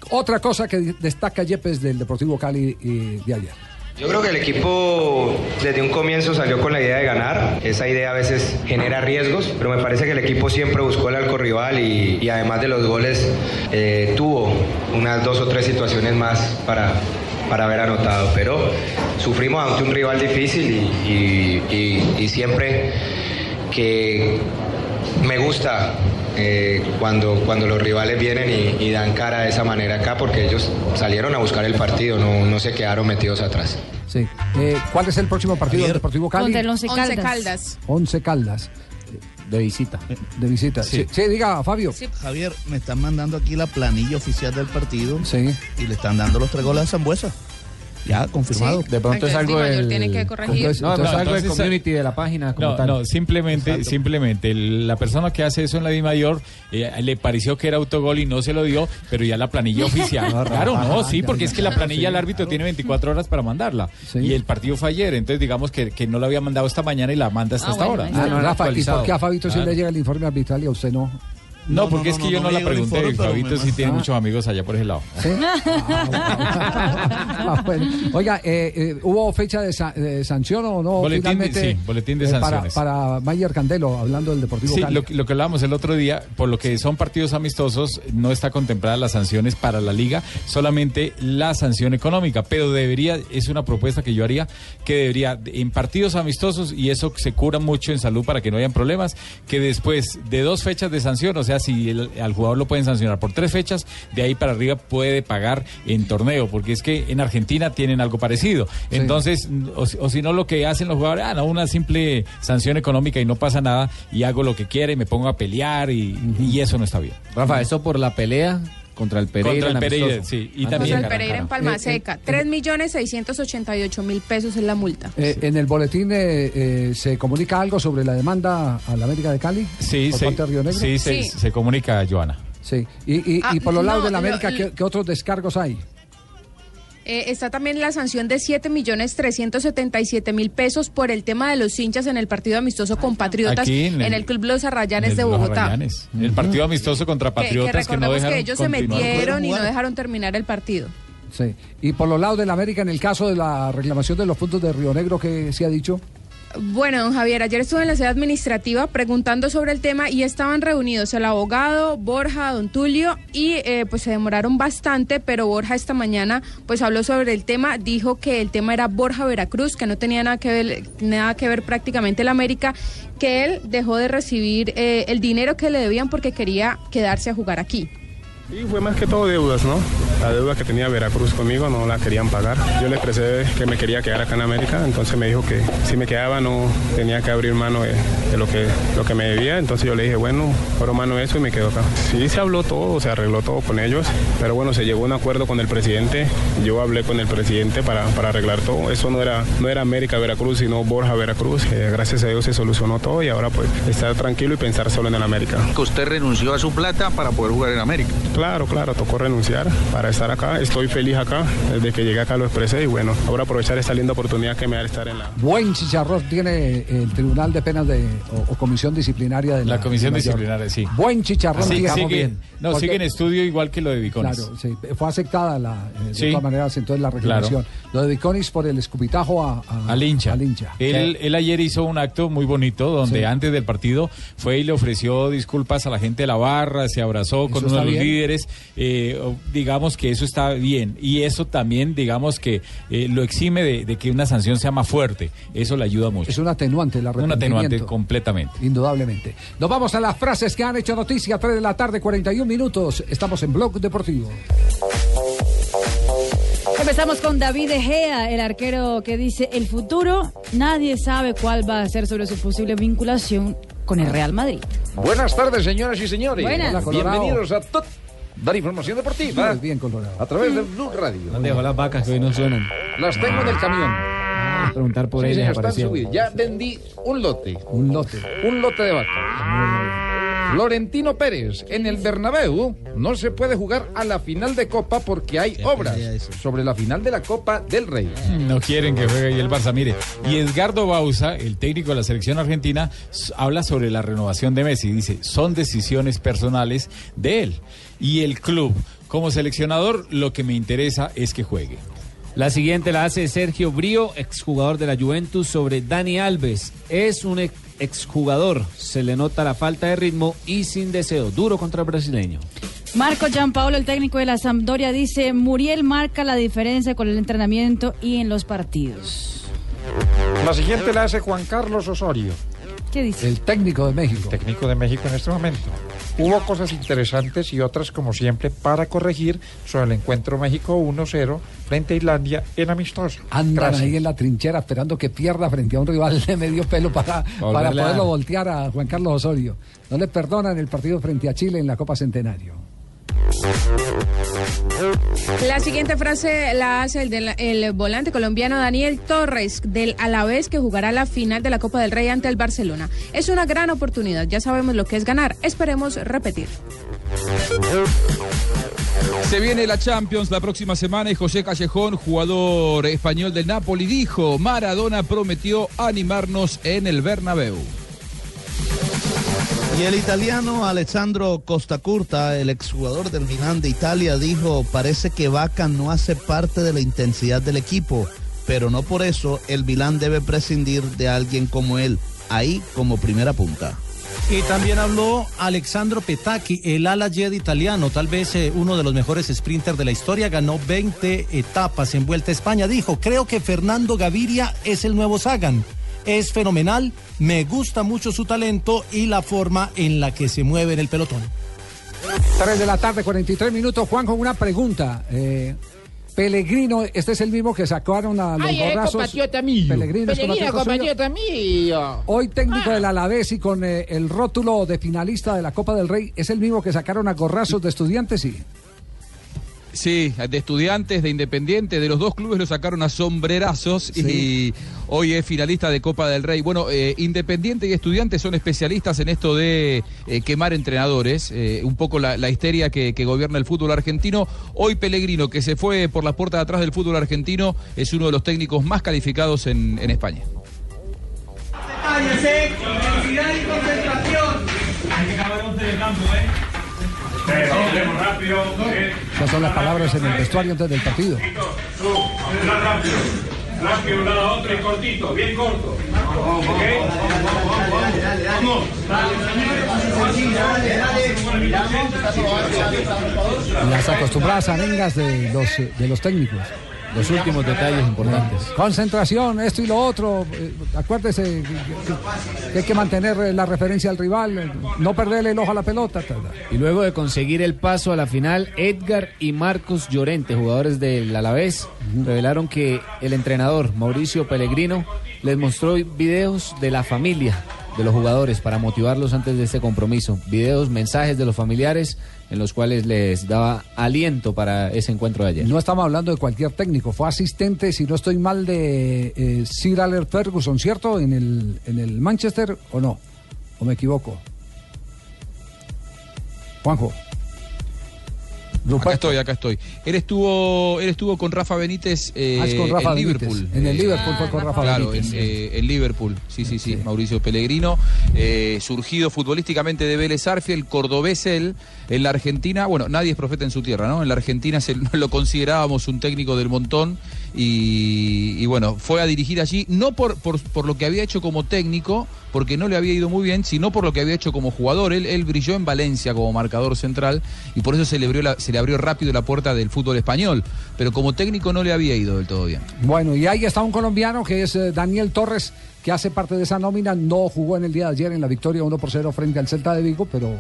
Speaker 7: Otra cosa que di- destaca Yepes del Deportivo Cali eh, de ayer.
Speaker 8: Yo creo que el equipo desde un comienzo salió con la idea de ganar. Esa idea a veces genera riesgos, pero me parece que el equipo siempre buscó el arco rival y, y además de los goles eh, tuvo unas dos o tres situaciones más para, para haber anotado. Pero sufrimos ante un rival difícil y, y- y- y siempre que me gusta eh, cuando, cuando los rivales vienen y, y dan cara de esa manera acá porque ellos salieron a buscar el partido, no, no se quedaron metidos atrás.
Speaker 7: Sí. Eh, ¿Cuál es el próximo partido del Deportivo Cali?
Speaker 10: Contra el Once
Speaker 4: Once
Speaker 10: Caldas.
Speaker 4: Caldas.
Speaker 7: Once Caldas.
Speaker 12: De visita.
Speaker 7: De visita. Sí, sí, diga, Fabio.
Speaker 15: Javier, me están mandando aquí la planilla oficial del partido. Y le están dando los tres goles a Zambuesa. Ya, confirmado.
Speaker 12: De pronto es algo del... Entonces- no, pero es algo del
Speaker 17: Ah, entonces-
Speaker 12: community de la página como
Speaker 17: No,
Speaker 12: tal.
Speaker 17: no, simplemente, simplemente el- la persona que hace eso en la Di Mayor eh, le pareció que era autogol y no se lo dio, pero ya la planilla oficial.
Speaker 12: No,
Speaker 17: claro,
Speaker 12: Rafa,
Speaker 17: no, sí,
Speaker 12: ya,
Speaker 17: porque
Speaker 12: ya,
Speaker 17: es que la
Speaker 12: ya,
Speaker 17: planilla
Speaker 12: sí,
Speaker 17: al árbitro tiene 24 horas para mandarla. Y el partido fue ayer, entonces digamos que, que no la había mandado esta mañana y la manda hasta
Speaker 7: Ah,
Speaker 17: esta
Speaker 7: bueno,
Speaker 17: hora.
Speaker 7: Ah, no, Rafa, ¿y
Speaker 17: Actualizado. Ah.
Speaker 7: por qué a Fabito sí
Speaker 17: Claro.
Speaker 7: le llega el informe arbitral y a usted no?
Speaker 17: No, porque es que yo no, la pregunté.
Speaker 7: informe, pero
Speaker 17: Fabito
Speaker 7: me
Speaker 17: sí tiene
Speaker 7: imagino.
Speaker 17: muchos amigos allá por ese lado.
Speaker 7: Ah, bueno. Oiga, eh, eh, ¿hubo fecha de, sa- de sanción o no?
Speaker 17: Boletín de-
Speaker 7: Finalmente,
Speaker 17: sí, boletín de
Speaker 7: eh,
Speaker 17: sanciones.
Speaker 7: Para, para Mayer Candelo, hablando del Deportivo
Speaker 17: Sí,
Speaker 7: Cali.
Speaker 17: lo, que- lo que hablábamos el otro día, por lo que son partidos amistosos, no está contemplada las sanciones para la liga, solamente la sanción económica, pero debería, es una propuesta que yo haría, que debería, en partidos amistosos, y eso se cura mucho en salud para que no hayan problemas, que después de dos fechas de sanción, o sea, si el- al jugador lo pueden sancionar por tres fechas, de ahí para arriba puede pagar en torneo, porque es que en Argentina tienen algo parecido. Entonces, o, si- o si no, lo que hacen los jugadores, ah, no, una simple sanción económica y no pasa nada, y hago lo que quiera y me pongo a pelear, y, y eso no está bien.
Speaker 12: Rafa, eso por la pelea contra el Pereira.
Speaker 17: Contra el
Speaker 12: en
Speaker 17: Pereira,
Speaker 12: amistoso.
Speaker 17: sí, y
Speaker 12: Ah,
Speaker 17: también-
Speaker 12: sí,
Speaker 4: Pereira en Palma Seca, 3.688.000 pesos es la multa.
Speaker 7: Eh, En el boletín eh, eh, se comunica algo sobre la demanda a la América de Cali.
Speaker 17: Sí,
Speaker 7: por
Speaker 17: se,
Speaker 7: parte de Río Negro.
Speaker 17: sí, se- se comunica Joana.
Speaker 7: Sí. Y, y-
Speaker 4: Ah,
Speaker 7: y por los lados
Speaker 4: no,
Speaker 7: de la
Speaker 4: lo-
Speaker 7: América, ¿qué, qué otros descargos hay?
Speaker 4: Eh, está también la sanción de 7.377.000 pesos por el tema de los hinchas en el partido amistoso con Patriotas
Speaker 17: Aquí
Speaker 4: en
Speaker 17: en
Speaker 4: el,
Speaker 17: el-
Speaker 4: Club Los Arrayanes
Speaker 17: En
Speaker 4: de
Speaker 17: el Los
Speaker 4: este Bogotá.
Speaker 17: Arrayanes. El partido amistoso contra
Speaker 4: Que- que,
Speaker 17: Patriotas que, no
Speaker 4: recordemos que,
Speaker 17: dejaron
Speaker 4: ellos se
Speaker 17: continuar.
Speaker 4: metieron y no dejaron terminar el partido.
Speaker 7: Sí. Y por los lados de la América, en el caso de la reclamación de los puntos de Río Negro que se ha dicho.
Speaker 4: Bueno, don Javier, ayer estuve en la sede administrativa preguntando sobre el tema y estaban reunidos el abogado, Borja, don Tulio y eh, pues se demoraron bastante, pero Borja esta mañana pues habló sobre el tema, dijo que el tema era Borja Veracruz, que no tenía nada que ver, nada que ver prácticamente el América, que él dejó de recibir eh, el dinero que le debían porque quería quedarse a jugar aquí.
Speaker 9: Y fue más que todo deudas, ¿no? La deuda que tenía Veracruz conmigo no la querían pagar. Yo le expresé que me quería quedar acá en América, entonces me dijo que si me quedaba no tenía que abrir mano de, de lo, que, lo que me debía, entonces yo le dije, bueno, abro mano de eso y me quedo acá. Sí, se habló todo, se arregló todo con ellos, pero bueno, se llegó a un acuerdo con el presidente, yo hablé con el presidente para, para arreglar todo, eso no era, no era América Veracruz, sino Borja Veracruz, Eh, gracias a Dios se solucionó todo y ahora pues estar tranquilo y pensar solo en el América.
Speaker 13: Que usted renunció a su plata para poder jugar en América.
Speaker 9: Claro, claro, tocó renunciar para estar acá. Estoy feliz acá. Desde que llegué acá lo expresé y bueno, ahora aprovechar esta linda oportunidad que me da de estar en la...
Speaker 7: Buen chicharrón tiene eh, el Tribunal de Penas de, o, o Comisión Disciplinaria de la,
Speaker 17: La comisión
Speaker 7: de Mayor.
Speaker 17: disciplinaria, sí.
Speaker 7: Buen chicharrón
Speaker 17: Sí,
Speaker 7: digamos
Speaker 17: sigue-
Speaker 7: bien.
Speaker 17: No,
Speaker 7: Porque-
Speaker 17: sigue en estudio igual que lo de Vicones.
Speaker 7: Claro, sí, fue aceptada la, eh, de
Speaker 17: Sí.
Speaker 7: todas maneras entonces la reclamación. Lo de Viconis por el escupitajo a, a-
Speaker 17: Al hincha.
Speaker 7: Al hincha.
Speaker 17: Él, él ayer hizo un acto muy bonito donde
Speaker 7: Sí.
Speaker 17: antes del partido fue y le ofreció disculpas a la gente de la barra, se abrazó con uno
Speaker 14: Eso está
Speaker 17: de los
Speaker 14: bien.
Speaker 17: líderes. eh, o- digamos que eso está bien. Y eso también, digamos que eh, lo exime de, de que una sanción sea más fuerte. Eso le ayuda mucho.
Speaker 7: Es un atenuante la
Speaker 17: Un atenuante completamente.
Speaker 7: Indudablemente. Nos vamos a las frases que han hecho noticia. 3 de la tarde, 41 minutos. Estamos en Blog Deportivo.
Speaker 10: Empezamos con David Egea, el arquero que dice, el futuro, nadie sabe cuál va a ser sobre su posible vinculación con el Real Madrid.
Speaker 14: Buenas tardes, señoras y señores.
Speaker 10: Buenas. Hola, Colorado.
Speaker 14: Bienvenidos a Tot. Dar información deportiva.
Speaker 7: bien, Colorado.
Speaker 14: A través de Blue Radio.
Speaker 12: ¿Dónde dejó las vacas que hoy no suenan?
Speaker 14: Las tengo en el camión.
Speaker 12: Voy a preguntar Ah, por
Speaker 14: Sí,
Speaker 12: ellas.
Speaker 14: señor, están
Speaker 12: aparecieron.
Speaker 14: subidas. Ya vendí un lote.
Speaker 7: Un lote.
Speaker 14: Un lote de vacas. Florentino Pérez, en el Bernabéu no se puede jugar a la final de Copa porque hay obras sobre la final de la Copa del Rey.
Speaker 17: No quieren que juegue ahí el Barça. Mire, y Edgardo Bausa, el técnico de la selección argentina, s- habla sobre la renovación de Messi. Dice, son decisiones personales de él y el club. Como seleccionador, lo que me interesa es que juegue.
Speaker 12: La siguiente la hace Sergio Brío, exjugador de la Juventus, sobre Dani Alves. Es un ex- exjugador, se le nota la falta de ritmo y sin deseo, duro contra el brasileño.
Speaker 10: Marco Giampaolo, el técnico de la Sampdoria, dice, Muriel marca la diferencia con el entrenamiento y en los partidos.
Speaker 19: La siguiente la hace Juan Carlos Osorio.
Speaker 10: ¿Qué dice?
Speaker 7: El técnico de México.
Speaker 19: técnico de México en este momento. Hubo cosas interesantes y otras, como siempre, para corregir sobre el encuentro México 1-0 frente a Islandia en amistoso.
Speaker 7: Andan
Speaker 19: Gracias.
Speaker 7: ahí en la trinchera esperando que pierda frente a un rival de medio pelo para, para
Speaker 19: Volverla.
Speaker 7: poderlo voltear a Juan Carlos Osorio. No le perdonan el partido frente a Chile en la Copa Centenario.
Speaker 4: La siguiente frase la hace el, del- el volante colombiano Daniel Torres del Alavés que jugará la final de la Copa del Rey ante el Barcelona. Es una gran oportunidad, ya sabemos lo que es ganar, esperemos repetir.
Speaker 5: Se viene la Champions la próxima semana y José Callejón, jugador español del Napoli, dijo, Maradona prometió animarnos en el Bernabéu.
Speaker 15: Y el italiano Alessandro Costacurta, el exjugador del Milán de Italia, dijo, parece que Vaca no hace parte de la intensidad del equipo, pero no por eso el Milán debe prescindir de alguien como él, ahí como primera punta.
Speaker 24: Y también habló Alexandro Petacchi, el ala Jed italiano, tal vez eh, uno de los mejores sprinters de la historia, ganó 20 etapas en Vuelta a España. Dijo, creo que Fernando Gaviria es el nuevo Sagan. Es fenomenal, me gusta mucho su talento y la forma en la que se mueve en el pelotón.
Speaker 7: 3 de la tarde, 43 minutos. Juan, con una pregunta. Eh, Pellegrino, este es el mismo que sacaron a los
Speaker 1: Ay, es
Speaker 7: borrazos.
Speaker 1: compatriota mío.
Speaker 7: Pellegrino es
Speaker 1: Pellegrino, compatriota mío. Ah.
Speaker 7: Hoy técnico del Alavés y con eh, el rótulo de finalista de la Copa del Rey, ¿es el mismo que sacaron a gorrazos de estudiantes? Sí.
Speaker 5: Sí, de estudiantes, de independientes, de los dos clubes lo sacaron a sombrerazos y hoy es finalista de Copa del Rey. Bueno, eh, Independiente y estudiantes son especialistas en esto de eh, quemar entrenadores, eh, un poco la, la histeria que, que gobierna el fútbol argentino. Hoy Pellegrino, que se fue por la puerta de atrás del fútbol argentino, es uno de los técnicos más calificados en- en España.
Speaker 6: Cállense, intensidad y concentración. Hay que acabar un telecampo, ¿eh?
Speaker 7: corremos
Speaker 6: rápido, ¿eh?
Speaker 7: Esas son las palabras en el vestuario antes del partido.
Speaker 6: rápido. Rápido, un lado a otro y cortito, bien corto. Vamos, vamos, dale, dale, dale. Vamos. Dale, dale, dale.
Speaker 7: Las acostumbradas arengas de los, eh, de los técnicos.
Speaker 12: Los últimos detalles importantes.
Speaker 7: Concentración, esto y lo otro. Eh, Acuérdese que, que- que hay que mantener eh, la referencia al rival, eh, no perderle el ojo a la pelota. ta, ta.
Speaker 12: Y luego de conseguir el paso a la final, Edgar y Marcos Llorente, jugadores del Alavés, revelaron que el entrenador Mauricio Pellegrino les mostró videos de la familia de los jugadores para motivarlos antes de este compromiso. Videos, mensajes de los familiares en los cuales les daba aliento para ese encuentro de ayer.
Speaker 7: No estamos hablando de cualquier técnico, fue asistente, si no estoy mal, de eh, Sir Alex Ferguson, ¿cierto? En el, en el Manchester o no, o me equivoco. Juanjo.
Speaker 5: Acá estoy, acá estoy. Él estuvo, él estuvo con Rafa Benítez eh,
Speaker 7: Ah, es con Rafa
Speaker 5: en
Speaker 7: Benítez.
Speaker 5: Liverpool.
Speaker 7: En el
Speaker 5: Eh,
Speaker 7: Liverpool fue con Rafa
Speaker 5: claro,
Speaker 7: Benítez.
Speaker 5: en, eh, en Liverpool. Sí, sí, sí. Mauricio Pellegrino, eh, surgido futbolísticamente de Vélez Arfiel, cordobés él. En la Argentina, bueno, nadie es profeta en su tierra, ¿no? En la Argentina se- lo considerábamos un técnico del montón y, y bueno, fue a dirigir allí, no por, por, por lo que había hecho como técnico, porque no le había ido muy bien, sino por lo que había hecho como jugador. Él, él brilló en Valencia como marcador central y por eso se le, abrió la- se le abrió rápido la puerta del fútbol español, pero como técnico no le había ido del todo bien.
Speaker 7: Bueno, y ahí está un colombiano que es eh, Daniel Torres, que hace parte de esa nómina, no jugó en el día de ayer en la victoria 1 por 0 frente al Celta de Vigo, pero,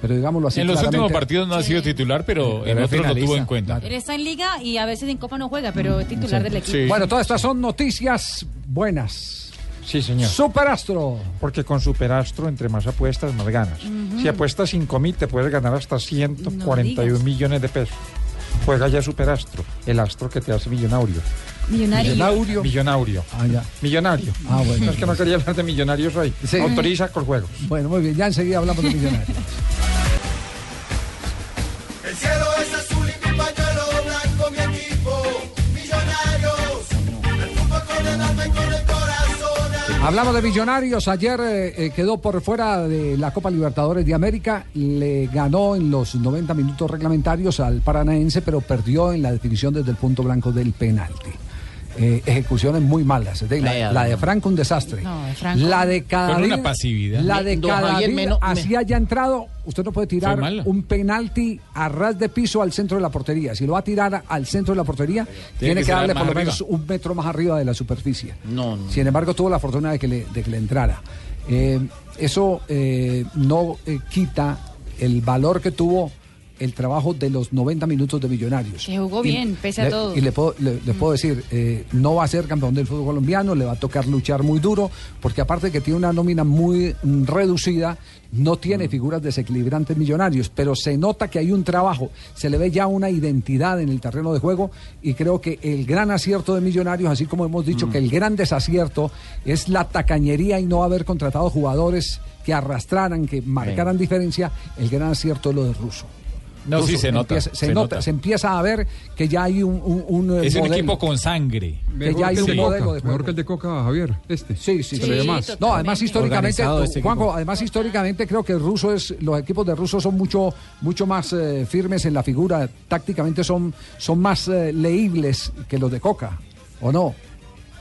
Speaker 7: pero digámoslo así.
Speaker 17: en los últimos
Speaker 7: claramente-
Speaker 17: partidos no ha sido titular, pero,
Speaker 7: Pero
Speaker 17: en
Speaker 7: es
Speaker 17: otros lo tuvo
Speaker 7: finalista.
Speaker 17: en cuenta.
Speaker 10: Él está en liga y a veces en copa no juega, pero es titular del equipo.
Speaker 7: Bueno, todas estas son noticias buenas.
Speaker 19: Sí, señor.
Speaker 7: Superastro.
Speaker 19: Porque con Superastro, entre más apuestas, más ganas.
Speaker 7: Ujú.
Speaker 19: Si apuestas 5 mil, te puedes ganar hasta 141
Speaker 10: digas.
Speaker 19: millones de pesos. Juega ya Superastro, el astro que te hace millonario.
Speaker 10: Millonario.
Speaker 19: Millonario. Millonario. Millonario.
Speaker 7: Ah, bueno.
Speaker 19: No, es que no quería hablar de millonarios hoy.
Speaker 7: Sí.
Speaker 19: Autoriza con juegos.
Speaker 7: Bueno, muy bien, ya enseguida hablamos de millonarios.
Speaker 2: El cielo es azul y mi pañuelo blanco, mi equipo, millonarios. El fútbol con el alma y con el corazón.
Speaker 7: Hablamos de Millonarios. Ayer eh, eh, quedó por fuera de la Copa Libertadores de América. Le ganó en los 90 minutos reglamentarios al Paranaense, pero perdió en la definición desde el punto blanco del penalti. Eh, ejecuciones muy malas. De- la, la de Franco, un desastre. La de
Speaker 17: Con
Speaker 7: Cadavid,
Speaker 17: una pasividad.
Speaker 7: la de
Speaker 17: Don Javier
Speaker 7: Cadavid,
Speaker 17: Meno-
Speaker 7: así haya entrado, usted no puede tirar
Speaker 17: Fue mala.
Speaker 7: un penalti a ras de piso al centro de la portería. Si lo va a tirar al centro de la portería, tiene,
Speaker 17: que
Speaker 7: que,
Speaker 17: ser
Speaker 7: darle
Speaker 17: más
Speaker 7: por lo
Speaker 17: arriba.
Speaker 7: menos un metro más arriba de la superficie.
Speaker 11: No, no.
Speaker 7: Sin embargo, tuvo la fortuna de que le, de que le entrara. Eh, eso eh, no eh, quita el valor que tuvo el trabajo de los 90 minutos de Millonarios.
Speaker 10: Que jugó
Speaker 7: Y-
Speaker 10: bien, pese a
Speaker 7: le-
Speaker 10: todo. Mm.
Speaker 7: Y le puedo, le- le puedo decir, eh, no va a ser campeón del fútbol colombiano, le va a tocar luchar muy duro, porque aparte de que tiene una nómina muy mm, reducida, no tiene
Speaker 17: Mm.
Speaker 7: figuras desequilibrantes millonarios, pero se nota que hay un trabajo, se le ve ya una identidad en el terreno de juego y creo que el gran acierto de Millonarios, así como hemos
Speaker 17: Mm.
Speaker 7: dicho que el gran desacierto es la tacañería y no haber contratado jugadores que arrastraran, que marcaran diferencia, el gran acierto es lo de Russo.
Speaker 17: No, sí,
Speaker 7: Russo
Speaker 17: se nota,
Speaker 7: empieza- se,
Speaker 17: se
Speaker 7: nota,
Speaker 17: nota.
Speaker 7: se empieza a ver que ya hay un, un- un, eh,
Speaker 17: Es un
Speaker 7: modelo.
Speaker 17: equipo con sangre.
Speaker 7: que ya hay un modelo de
Speaker 3: Mejor que el de Coca, Javier. Este.
Speaker 7: Sí, sí,
Speaker 3: Se
Speaker 7: sí.
Speaker 3: le ve más.
Speaker 7: No, además históricamente,
Speaker 3: Organizado este equipo.
Speaker 7: Juanjo, además históricamente creo que el ruso es, los equipos de ruso son mucho, mucho más eh, firmes en la figura, tácticamente son, son más eh, leíbles que los de Coca, ¿o no?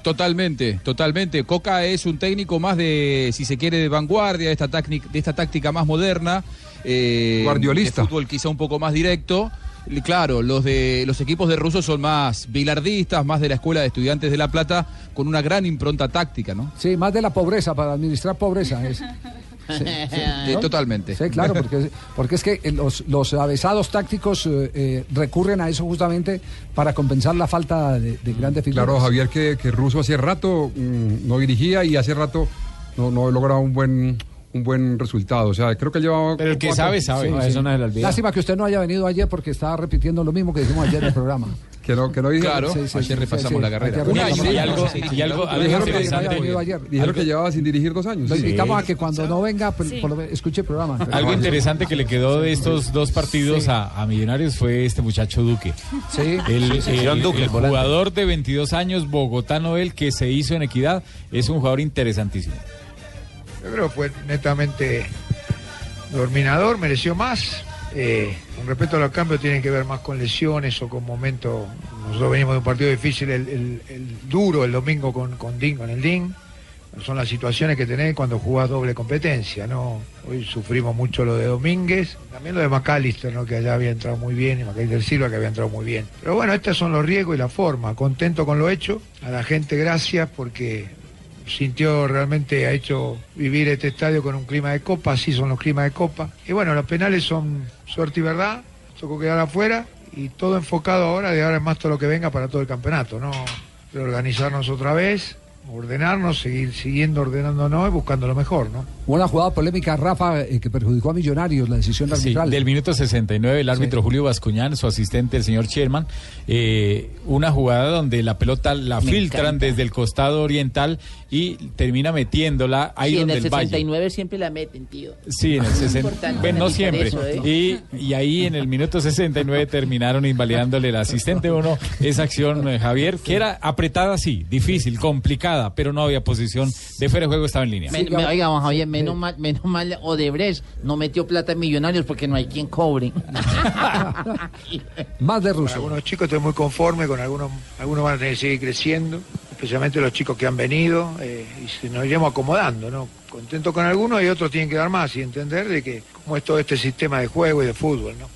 Speaker 5: Totalmente, totalmente. Coca es un técnico más de, si se quiere, de vanguardia, de esta, tácnic- de esta táctica más moderna. eh,
Speaker 3: Guardiolista.
Speaker 5: De fútbol quizá un poco más directo. Y Claro, los, de, los equipos de rusos son más bilardistas, más de la escuela de estudiantes de La Plata, con una gran impronta táctica, ¿no?
Speaker 7: Sí, más de la pobreza, para administrar pobreza. Es,
Speaker 5: Eh, Totalmente.
Speaker 7: Sí, claro, porque, porque es que eh, los, los avesados tácticos eh, eh, recurren a eso justamente para compensar la falta de, de grandes figuras.
Speaker 3: Claro, Javier, que, que Russo hace rato mm, no dirigía y hace rato no, no lograba un buen, un buen resultado. O sea, creo que llevaba. Pero el
Speaker 17: que sabe, sabe. No, eso no se le olvida.
Speaker 7: Lástima que usted no haya venido ayer porque estaba repitiendo lo mismo que dijimos ayer en el programa.
Speaker 3: Que no, que no dije.
Speaker 5: Claro, ayer repasamos la carrera.
Speaker 3: ayer
Speaker 5: Una
Speaker 3: repasamos
Speaker 5: y
Speaker 3: la
Speaker 5: algo-
Speaker 3: carrera.
Speaker 5: y algo- algo
Speaker 3: Dijeron que-
Speaker 5: interesante.
Speaker 3: dijeron que- Dijeron que llevaba sin dirigir dos años.
Speaker 7: Lo
Speaker 3: Sí.
Speaker 7: invitamos a que cuando no venga, por- por lo menos escuche el programa.
Speaker 17: Algo interesante que le quedó de estos dos partidos a, a Millonarios fue este muchacho Duque.
Speaker 7: Sí.
Speaker 17: El,
Speaker 7: Sí, sí,
Speaker 17: el-
Speaker 7: John Duque,
Speaker 17: el
Speaker 7: el volante.
Speaker 17: jugador de 22 años, bogotano él, que se hizo en Equidad, es un jugador interesantísimo.
Speaker 18: Yo creo que fue netamente dominador, mereció más. Eh, con respecto a los cambios, tienen que ver más con lesiones o con momentos. Nosotros venimos de un partido difícil, el, el- el duro el domingo con, con DIN, con el DIN. son las situaciones que tenés cuando jugás doble competencia, ¿no? Hoy sufrimos mucho lo de Domínguez, también lo de McAllister, ¿no? Que allá había entrado muy bien, y McAllister Silva que había entrado muy bien. Pero bueno, estos son los riesgos y la forma. Contento con lo hecho. A la gente gracias porque sintió realmente, ha hecho vivir este estadio con un clima de copa, así son los climas de copa. Y bueno, los penales son suerte y verdad, tocó quedar afuera y todo enfocado ahora, de ahora en más todo lo que venga para todo el campeonato, ¿no? Reorganizarnos otra vez, ordenarnos, seguir siguiendo ordenándonos y buscando lo mejor, ¿no?
Speaker 7: Una jugada polémica, Rafa, eh, que perjudicó a Millonarios, la decisión
Speaker 17: Sí,
Speaker 7: arbitral.
Speaker 17: del minuto 69, el árbitro Julio Bascuñán, su asistente, el señor Sherman, eh, una jugada donde la pelota la
Speaker 11: Me
Speaker 17: filtran
Speaker 11: encanta.
Speaker 17: desde el costado oriental y termina metiéndola ahí
Speaker 11: Sí, en
Speaker 17: donde
Speaker 11: el
Speaker 17: el valle.
Speaker 11: 69 siempre la meten, tío.
Speaker 17: Sí, en el 60.
Speaker 11: importante
Speaker 17: Bueno, no
Speaker 11: analizar
Speaker 17: siempre.
Speaker 11: eso, ¿eh?
Speaker 17: y, y ahí en el minuto 69 terminaron invalidándole el asistente uno esa acción, eh, Javier, que era apretada, sí, difícil, complicada, pero no había posición de fuera de juego, estaba en línea.
Speaker 11: Men- me- oiga, don Javier, menos mal, menos mal Odebrecht no metió plata en millonarios porque no hay quien cobre.
Speaker 7: Más de ruso.
Speaker 18: algunos chicos estoy muy conforme, con algunos, algunos van a tener que seguir creciendo, especialmente los chicos que han venido, eh, y se nos iremos acomodando, ¿no? Contento con algunos y otros tienen que dar más y entender de que cómo es todo este sistema de juego y de fútbol, ¿no?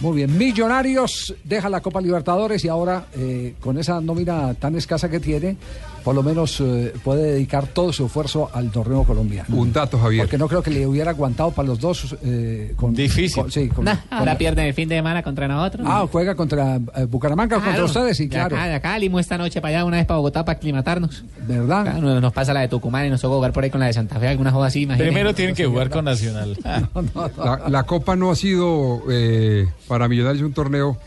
Speaker 7: Muy bien, Millonarios deja la Copa Libertadores y ahora eh, con esa nómina tan escasa que tiene, por lo menos eh, puede dedicar todo su esfuerzo al torneo colombiano.
Speaker 3: Un dato, Javier.
Speaker 7: Porque no creo que le hubiera aguantado para los dos. eh, con, Difícil. sí, con,
Speaker 23: Ahora
Speaker 7: con-
Speaker 23: pierden el fin de semana contra nosotros.
Speaker 7: Ah, juega contra eh, Bucaramanga o contra
Speaker 23: Claro.
Speaker 7: ustedes, sí,
Speaker 23: De
Speaker 7: claro.
Speaker 23: Acá, de acá, Limo esta noche para allá, una vez para Bogotá para aclimatarnos.
Speaker 7: ¿Verdad?
Speaker 23: nos, nos pasa la de Tucumán y nos toca jugar por ahí con la de Santa Fe, alguna joda así, imagínate.
Speaker 17: Primero tienen que jugar con Nacional.
Speaker 3: La, la Copa no ha sido eh, para Millonarios un torneo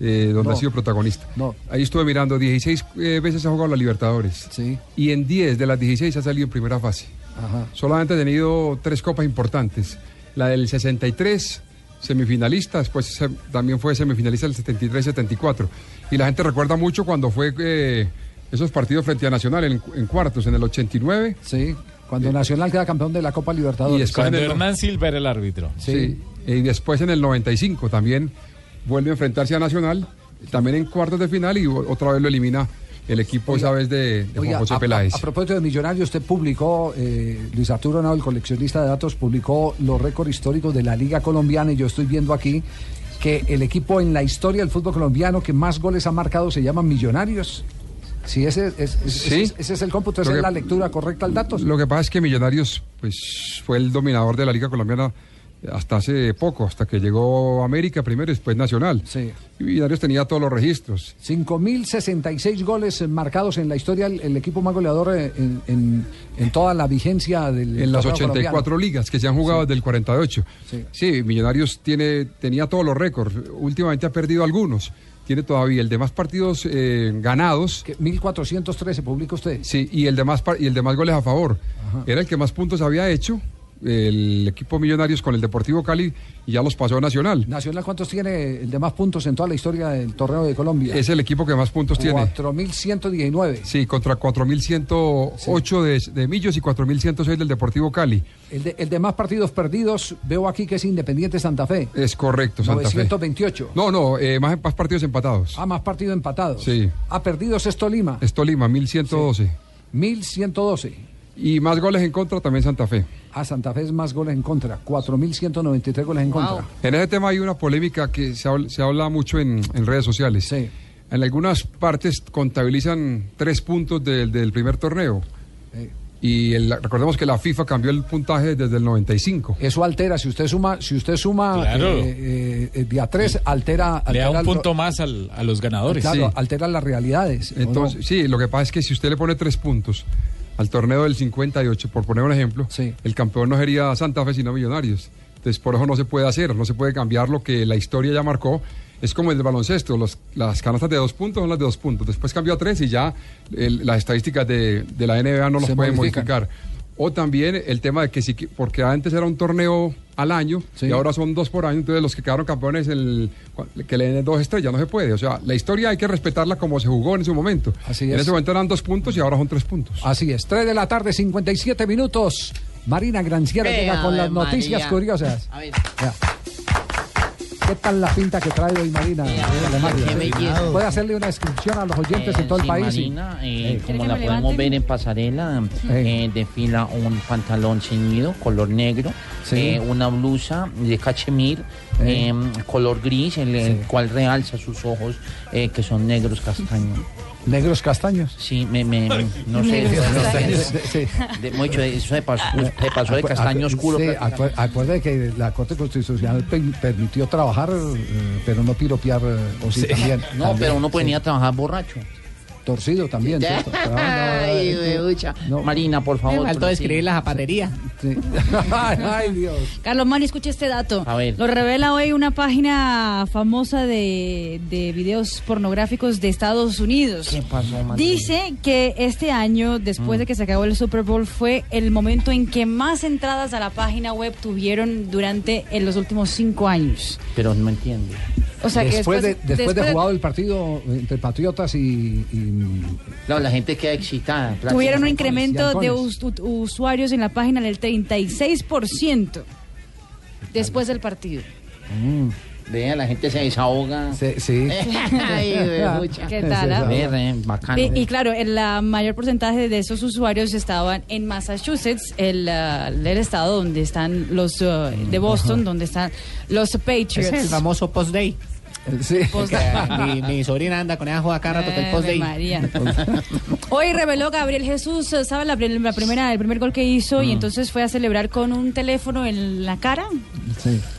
Speaker 3: eh, donde
Speaker 7: No.
Speaker 3: ha sido protagonista.
Speaker 7: No.
Speaker 3: Ahí estuve mirando, 16 eh, veces ha jugado la Libertadores. Y en 10 de las 16 ha salido en primera fase.
Speaker 7: Ajá.
Speaker 3: Solamente ha tenido tres copas importantes. La del 63, semifinalista, después se- también fue semifinalista del 73-74. Y la gente recuerda mucho cuando fue eh, esos partidos frente a Nacional en, en cuartos, en el 89.
Speaker 7: Sí, cuando Nacional queda campeón de la Copa Libertadores.
Speaker 3: Eh, Y después en
Speaker 17: Cuando
Speaker 3: el-
Speaker 17: Hernán Silva era el árbitro.
Speaker 3: Sí. Y después en el 95 también vuelve a enfrentarse a Nacional, también en cuartos de final y o- otra vez lo elimina el equipo esa vez de, de Juan
Speaker 7: Oiga,
Speaker 3: José
Speaker 7: a- a,
Speaker 3: Peláez.
Speaker 7: a propósito de Millonarios, usted publicó, eh, Luis Arturo Henao, el coleccionista de datos, publicó los récords históricos de la Liga Colombiana y yo estoy viendo aquí que el equipo en la historia del fútbol colombiano que más goles ha marcado se llama Millonarios. Sí, ese es, es-
Speaker 3: Sí.
Speaker 7: ese, ese es el cómputo, esa
Speaker 3: Lo
Speaker 7: es
Speaker 3: que-
Speaker 7: la lectura correcta al dato.
Speaker 3: Lo que pasa es que Millonarios pues fue el dominador de la Liga Colombiana hasta hace poco, hasta que llegó América primero y después Nacional. Y Millonarios tenía todos los registros.
Speaker 7: 5.066 goles eh, marcados en la historia, el, el equipo más goleador eh, en, en- en toda la vigencia del.
Speaker 3: En las
Speaker 7: torneo
Speaker 3: 84
Speaker 7: colombiano.
Speaker 3: ligas que se han jugado desde el 48.
Speaker 7: Sí.
Speaker 3: Sí. Millonarios tiene, tenía todos los récords. Últimamente ha perdido algunos. Tiene todavía el de más partidos eh, ganados.
Speaker 7: 1413 publica usted.
Speaker 3: Sí, y el de más, par- y el de más goles a favor. Era el que más puntos había hecho el equipo Millonarios con el Deportivo Cali y ya los pasó a Nacional.
Speaker 7: Nacional, ¿cuántos tiene el de más puntos en toda la historia del torneo de Colombia?
Speaker 3: Es el equipo que más puntos tiene.
Speaker 7: 4.119.
Speaker 3: Sí, contra 4.108 de, de Millos y 4.106 del Deportivo Cali.
Speaker 7: El de, el de más partidos perdidos, veo aquí que es Independiente Santa Fe.
Speaker 3: Es correcto, Santa Fe.
Speaker 7: 928.
Speaker 3: No, no, eh, más, más partidos empatados.
Speaker 7: Ah, más partidos empatados.
Speaker 3: Sí.
Speaker 7: Ah, perdidos es Tolima.
Speaker 3: Es Tolima, 1.112.
Speaker 7: 1.112.
Speaker 3: Y más goles en contra también Santa Fe.
Speaker 7: Ah, Santa Fe es más goles en contra. 4.193 goles en contra.
Speaker 3: En ese tema hay una polémica que se habla, se habla mucho en, en redes sociales. En algunas partes contabilizan tres puntos del- del primer torneo.
Speaker 7: Eh.
Speaker 3: Y el- recordemos que la FIFA cambió el puntaje desde el 95.
Speaker 7: Eso altera, si usted suma, si usted suma
Speaker 3: Claro.
Speaker 7: eh, eh, eh, de a 3, altera,
Speaker 17: Le
Speaker 7: altera
Speaker 17: da un
Speaker 7: el-
Speaker 17: punto más al- a los ganadores.
Speaker 7: claro, altera las realidades. ¿o no?
Speaker 3: Entonces, sí, lo que pasa es que si usted le pone tres puntos al torneo del 58, por poner un ejemplo, el campeón no sería Santa Fe sino Millonarios. Entonces, por eso no se puede hacer, no se puede cambiar lo que la historia ya marcó. Es como el del baloncesto, los- las canastas de dos puntos son las de dos puntos. Después cambió a tres y ya el- las estadísticas de, de la NBA no las
Speaker 7: Se
Speaker 3: pueden
Speaker 7: modifican.
Speaker 3: modificar. O también el tema de que sí, que- porque antes era un torneo al año
Speaker 7: Sí.
Speaker 3: y ahora son dos por año, entonces los que quedaron campeones, el, que le den dos estrellas, no se puede. O sea, la historia hay que respetarla como se jugó en su momento.
Speaker 7: Así
Speaker 3: En
Speaker 7: es.
Speaker 3: ese momento eran dos puntos y ahora son tres puntos.
Speaker 7: Así es, 3 de la tarde, 57 minutos. Marina Granciera llega
Speaker 11: Vea,
Speaker 7: con las
Speaker 11: Ave María.
Speaker 7: noticias curiosas.
Speaker 11: A ver.
Speaker 7: Ya. ¿Qué tal la pinta que trae hoy Marina? de Alemania?
Speaker 11: qué belleza. Eh,
Speaker 7: Puede hacerle una descripción a los oyentes en todo el
Speaker 11: Sí,
Speaker 7: país. y-
Speaker 11: Marina, eh,
Speaker 7: Sí.
Speaker 11: como la podemos ver en pasarela, eh, desfila un pantalón ceñido, color negro,
Speaker 7: Sí.
Speaker 11: eh, una blusa de cachemir,
Speaker 7: Eh.
Speaker 11: eh, color gris, el, el cual realza sus ojos, eh, que son negros castaños.
Speaker 7: ¿Negros castaños?
Speaker 11: Sí, me, me- me- no sé.
Speaker 7: Negros
Speaker 11: no sé,
Speaker 7: castaños.
Speaker 11: de- de- mucho de- eso se pasó, se pasó de
Speaker 7: Acu-
Speaker 11: castaño
Speaker 7: acu-
Speaker 11: oscuro.
Speaker 7: sí,
Speaker 11: prácticamente.
Speaker 7: acu- acuerde que la Corte Constitucional pe- permitió trabajar, eh, pero no piropear. eh, o sí,
Speaker 11: Sí.
Speaker 7: también,
Speaker 11: no,
Speaker 7: también,
Speaker 11: pero uno puede
Speaker 7: sí.
Speaker 11: venir a trabajar borracho.
Speaker 7: Torcido también, ¿cierto?
Speaker 11: Ay, huevucha. Marina, por favor.
Speaker 25: Me faltó
Speaker 11: prosigue.
Speaker 25: describir la zapatería.
Speaker 7: Ay, Dios.
Speaker 10: Carlos Mani, escucha este dato.
Speaker 11: A ver.
Speaker 10: Lo revela hoy una página famosa de, de videos pornográficos de Estados Unidos.
Speaker 11: ¿Qué Mm. pasó, Marina?
Speaker 10: Dice que este año, después de que se acabó el Super Bowl, fue el momento en que más entradas a la página web tuvieron durante en los últimos cinco años.
Speaker 11: Pero no entiendo.
Speaker 10: O sea que
Speaker 7: después,
Speaker 10: después,
Speaker 7: de, después, de jugado el partido entre Patriotas y... y-
Speaker 11: No, la gente queda excitada.
Speaker 10: tuvieron un
Speaker 11: prácticamente.
Speaker 10: incremento de us- ut- usuarios en la página del 36% después del partido.
Speaker 11: Mm, Vea, la gente se desahoga.
Speaker 7: Sí, sí.
Speaker 10: Ay, huevucha. ¿Qué tal, ah?
Speaker 11: bacano.
Speaker 10: Y, y claro, el la mayor porcentaje de esos usuarios estaban en Massachusetts, el, ah, el estado donde están los ah, de Boston, donde están los Patriots.
Speaker 25: Ese es el famoso post-day.
Speaker 7: Sí.
Speaker 11: pues,
Speaker 23: Eh,
Speaker 25: mi, mi sobrina anda con esa joda cada rato
Speaker 7: Eh,
Speaker 25: que el
Speaker 10: Ave
Speaker 25: post-day.
Speaker 10: María. Hoy reveló Gabriel Jesús, eh, ¿sabe? La, prim- la primera, el primer gol que hizo y entonces fue a celebrar con un teléfono en la cara.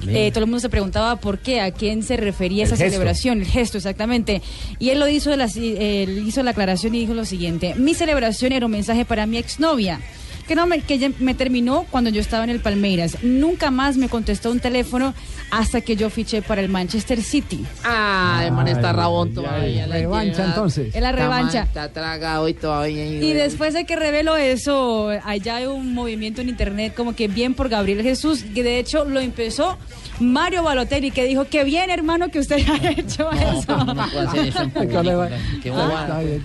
Speaker 10: Eh, todo el mundo se preguntaba por qué, a quién se refería
Speaker 4: El
Speaker 10: esa
Speaker 4: gesto.
Speaker 10: celebración, el gesto exactamente. Y él lo hizo, de la, si- él hizo la aclaración y dijo lo siguiente, mi celebración era un mensaje para mi exnovia. Que, no me, que ella me terminó cuando yo estaba en el Palmeiras. Nunca más me contestó un teléfono hasta que yo fiché para el Manchester City.
Speaker 11: Ah, el man está rabón todavía. la
Speaker 10: Revancha,
Speaker 11: lleva-
Speaker 10: entonces. Es la
Speaker 11: Está mal,
Speaker 10: revancha.
Speaker 11: Está tragado y todavía.
Speaker 10: Y después de que reveló eso, allá hay un movimiento en internet como que bien por Gabriel Jesús, que de hecho lo empezó Mario Balotelli, que dijo que bien hermano que usted ha hecho eso. Ah.
Speaker 11: No, no puede hacer eso en público. pues. Qué bobada.
Speaker 7: Ah, Está bien.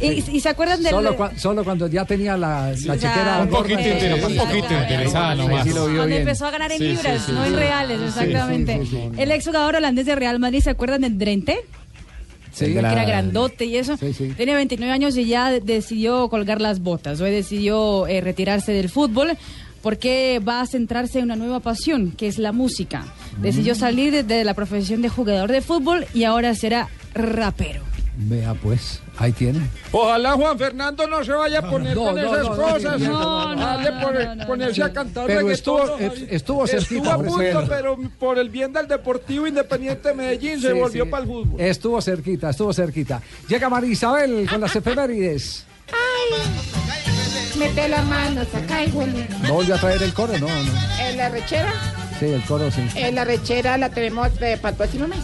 Speaker 10: Y, y se acuerdan del...
Speaker 7: Solo, cua- solo cuando ya tenía la, la
Speaker 10: O sea,
Speaker 7: chequera.
Speaker 10: Un poquito
Speaker 7: gorda.
Speaker 10: interes- un
Speaker 17: poquito interesada
Speaker 7: Sí,
Speaker 17: nomás.
Speaker 7: sí lo vio
Speaker 10: cuando
Speaker 7: bien.
Speaker 10: empezó a ganar en
Speaker 17: Sí, sí,
Speaker 10: libras,
Speaker 17: sí,
Speaker 10: no
Speaker 17: sí.
Speaker 10: en reales,
Speaker 17: Sí,
Speaker 10: exactamente.
Speaker 17: sí, sí,
Speaker 10: El exjugador holandés de Real Madrid, ¿se acuerdan del Drenthe?
Speaker 7: Sí.
Speaker 10: que era grandote y eso.
Speaker 7: Sí, sí.
Speaker 10: Tenía 29 años y ya de- decidió colgar las botas, hoy decidió eh, retirarse del fútbol porque va a centrarse en una nueva pasión, que es la música. Decidió
Speaker 17: Mm.
Speaker 10: salir de, de la profesión de jugador de fútbol y ahora será rapero.
Speaker 7: Vea pues, ahí tiene.
Speaker 14: Ojalá Juan Fernando no se vaya a poner
Speaker 7: no,
Speaker 14: con
Speaker 7: no,
Speaker 14: esas
Speaker 7: no, no,
Speaker 14: cosas.
Speaker 7: no, no, no,
Speaker 14: Dale
Speaker 7: no,
Speaker 14: por
Speaker 7: no, no,
Speaker 14: ponerse
Speaker 7: no.
Speaker 14: a cantar
Speaker 7: Pero
Speaker 14: reggaetón,
Speaker 7: estuvo-
Speaker 14: Javi.
Speaker 7: eh, estuvo cerquita,
Speaker 14: a
Speaker 7: hombre.
Speaker 14: punto,
Speaker 7: Bueno.
Speaker 14: pero por el bien del Deportivo Independiente de Medellín se
Speaker 7: Sí,
Speaker 14: volvió
Speaker 7: sí.
Speaker 14: para el fútbol.
Speaker 7: Estuvo cerquita, estuvo cerquita. Llega María Isabel con las efemérides.
Speaker 16: Mete la mano, saca el huele.
Speaker 7: No volvió a traer el coro, no, no.
Speaker 16: En la rechera,
Speaker 7: Sí, el coro sí.
Speaker 16: en la rechera la tenemos eh, para el próximo mes.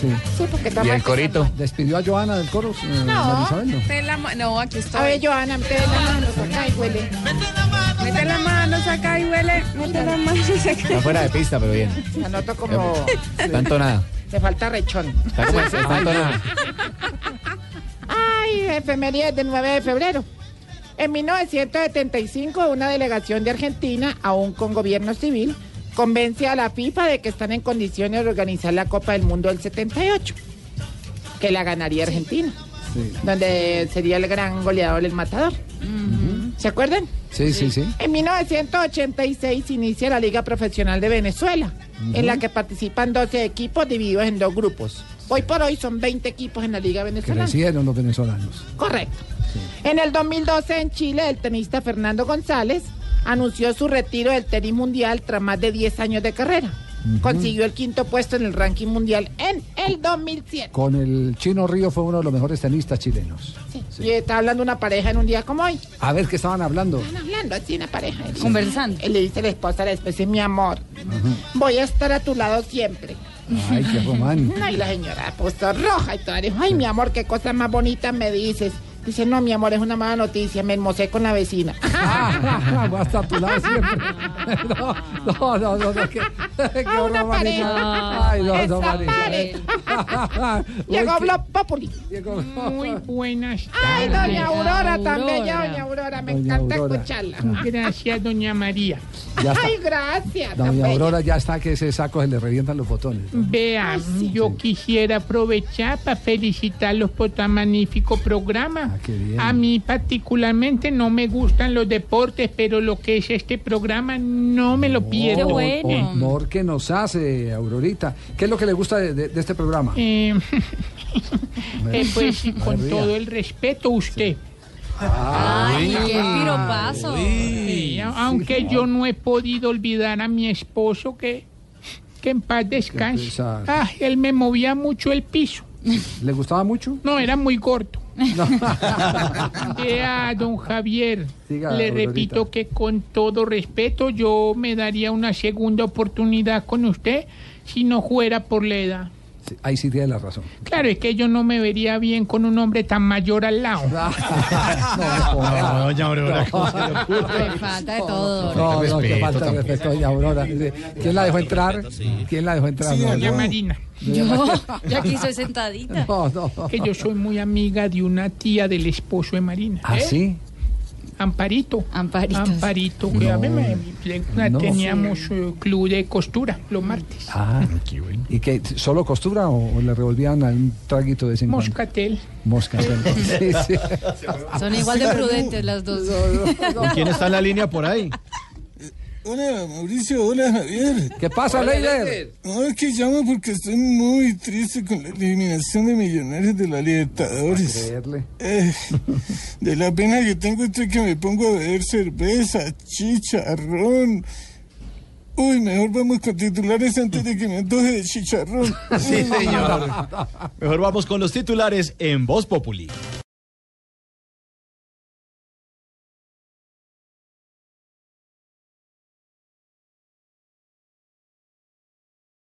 Speaker 7: sí.
Speaker 16: Sí, porque está mal.
Speaker 7: ¿Despidió a Joana del coro? eh, María
Speaker 16: No,
Speaker 7: Isabel, no.
Speaker 16: mete la ma- no, aquí estoy. A ver, Joana, mete la mano, saca y huele. Mete la mano, saca y huele. Mete la mano, saca
Speaker 12: Está fuera de pista, pero bien.
Speaker 16: Anoto como...
Speaker 23: Eh,
Speaker 12: Tanto nada.
Speaker 16: Le falta rechón.
Speaker 12: Está como está entonada.
Speaker 16: Ay, efemería del 9 de febrero. En 1975, una delegación de Argentina, aún con gobierno civil, convence a la FIFA de que están en condiciones de organizar la Copa del Mundo del 78, que la ganaría Argentina, donde sería el gran goleador, el matador. ¿Se acuerdan?
Speaker 7: Sí, sí, sí.
Speaker 16: En 1986 inicia la Liga Profesional de Venezuela, en la que participan 12 equipos divididos en dos grupos. Hoy por hoy son 20 equipos en la Liga Venezolana.
Speaker 7: Crecieron los venezolanos.
Speaker 16: Correcto. En el 2012 en Chile, el tenista Fernando González anunció su retiro del tenis mundial tras más de 10 años de carrera. Consiguió el quinto puesto en el ranking mundial en el 2007.
Speaker 7: Con el chino Río fue uno de los mejores tenistas chilenos.
Speaker 16: Y está hablando una pareja en un día como hoy.
Speaker 7: A ver qué estaban hablando.
Speaker 16: Están hablando así una pareja.
Speaker 10: Conversando.
Speaker 16: Y le dice la esposa a la esposa, mi amor, voy a estar a tu lado siempre.
Speaker 7: Ay, qué román.
Speaker 16: No, y la señora puso roja y todo. Dijo, ay, mi amor, qué cosa más bonita me dices. Dice, no, mi amor, es una mala noticia. Me hermosé con la vecina.
Speaker 7: Voy a estar a Ah, tu lado siempre. No, no, no, no, no, qué, qué
Speaker 16: una
Speaker 7: horror, Marina.
Speaker 16: pareja.
Speaker 7: Ay, no, no,
Speaker 16: Esa
Speaker 7: Marina.
Speaker 16: pareja. Llegó Blog Populi.
Speaker 20: Muy buenas tardes.
Speaker 16: Ay, doña Aurora, tan bella doña Aurora. Me
Speaker 7: Doña
Speaker 16: encanta
Speaker 7: Aurora.
Speaker 16: escucharla.
Speaker 20: Gracias, doña María.
Speaker 7: Ya está.
Speaker 16: Ay, gracias. tan
Speaker 7: Doña
Speaker 16: bella.
Speaker 7: Aurora ya está que ese saco se le revientan los botones.
Speaker 20: Vea, yo quisiera aprovechar para felicitarlos por tan magnífico programa. A mí particularmente no me gustan los deportes, pero lo que es este programa no me lo pierdo.
Speaker 7: Honor- Oh, Honor que nos hace, Aurorita. ¿Qué es lo que le gusta de, de- de este programa?
Speaker 20: Eh, eh, pues
Speaker 7: No
Speaker 20: con
Speaker 7: ría.
Speaker 20: todo el respeto usted.
Speaker 9: Ay, qué piropazo.
Speaker 20: Sí, a- aunque yo no he podido olvidar a mi esposo que, que en paz descanse.
Speaker 7: pesar.
Speaker 20: Ah, él me movía mucho el piso.
Speaker 7: ¿Le gustaba mucho?
Speaker 20: No, era muy gordo. Vea, don Javier,
Speaker 7: Siga,
Speaker 20: le
Speaker 7: Aurorita.
Speaker 20: repito que con todo respeto yo me daría una segunda oportunidad con usted si no fuera por la edad.
Speaker 7: Sí, Ahí sí tiene la razón.
Speaker 20: Claro, es que yo no me vería bien con un hombre tan mayor al lado.
Speaker 7: No,
Speaker 24: doña Aurora.
Speaker 9: Me falta de todo.
Speaker 7: No, no, que
Speaker 24: Respeto
Speaker 7: falta de
Speaker 24: también.
Speaker 7: respeto, doña Aurora. Dice, ¿Quién la dejó entrar? ¿Quién la dejó entrar? No,
Speaker 20: Doña
Speaker 7: no.
Speaker 20: Marina.
Speaker 9: Yo, yo aquí soy sentadita.
Speaker 20: Que yo soy muy amiga de una tía del esposo de Marina. ¿eh?
Speaker 7: ¿Ah, sí?
Speaker 20: Amparito. Amparito. Amparito. que a mí me- me- me-
Speaker 7: No.
Speaker 20: Teníamos eh, club de costura los martes.
Speaker 7: Ah, ¿y qué? ¿Solo costura o, o le revolvían algún traguito de vez en cuando?
Speaker 20: Moscatel.
Speaker 7: Mosca. Sí, sí.
Speaker 9: Son igual de prudentes las dos.
Speaker 24: quién está en la línea por ahí?
Speaker 26: Hola Mauricio, hola Javier.
Speaker 7: ¿Qué pasa,
Speaker 26: Hola,
Speaker 7: Leider?
Speaker 26: Leider? No, es que llamo porque estoy muy triste con la eliminación de Millonarios de la
Speaker 7: A
Speaker 26: Libertadores.
Speaker 7: creerle.
Speaker 26: Eh, de la pena que tengo estoy que me pongo a beber cerveza, chicharrón. Uy, mejor vamos con titulares antes de que me antoje de chicharrón.
Speaker 24: Sí, señor. Mejor vamos con los titulares en Voz Populi.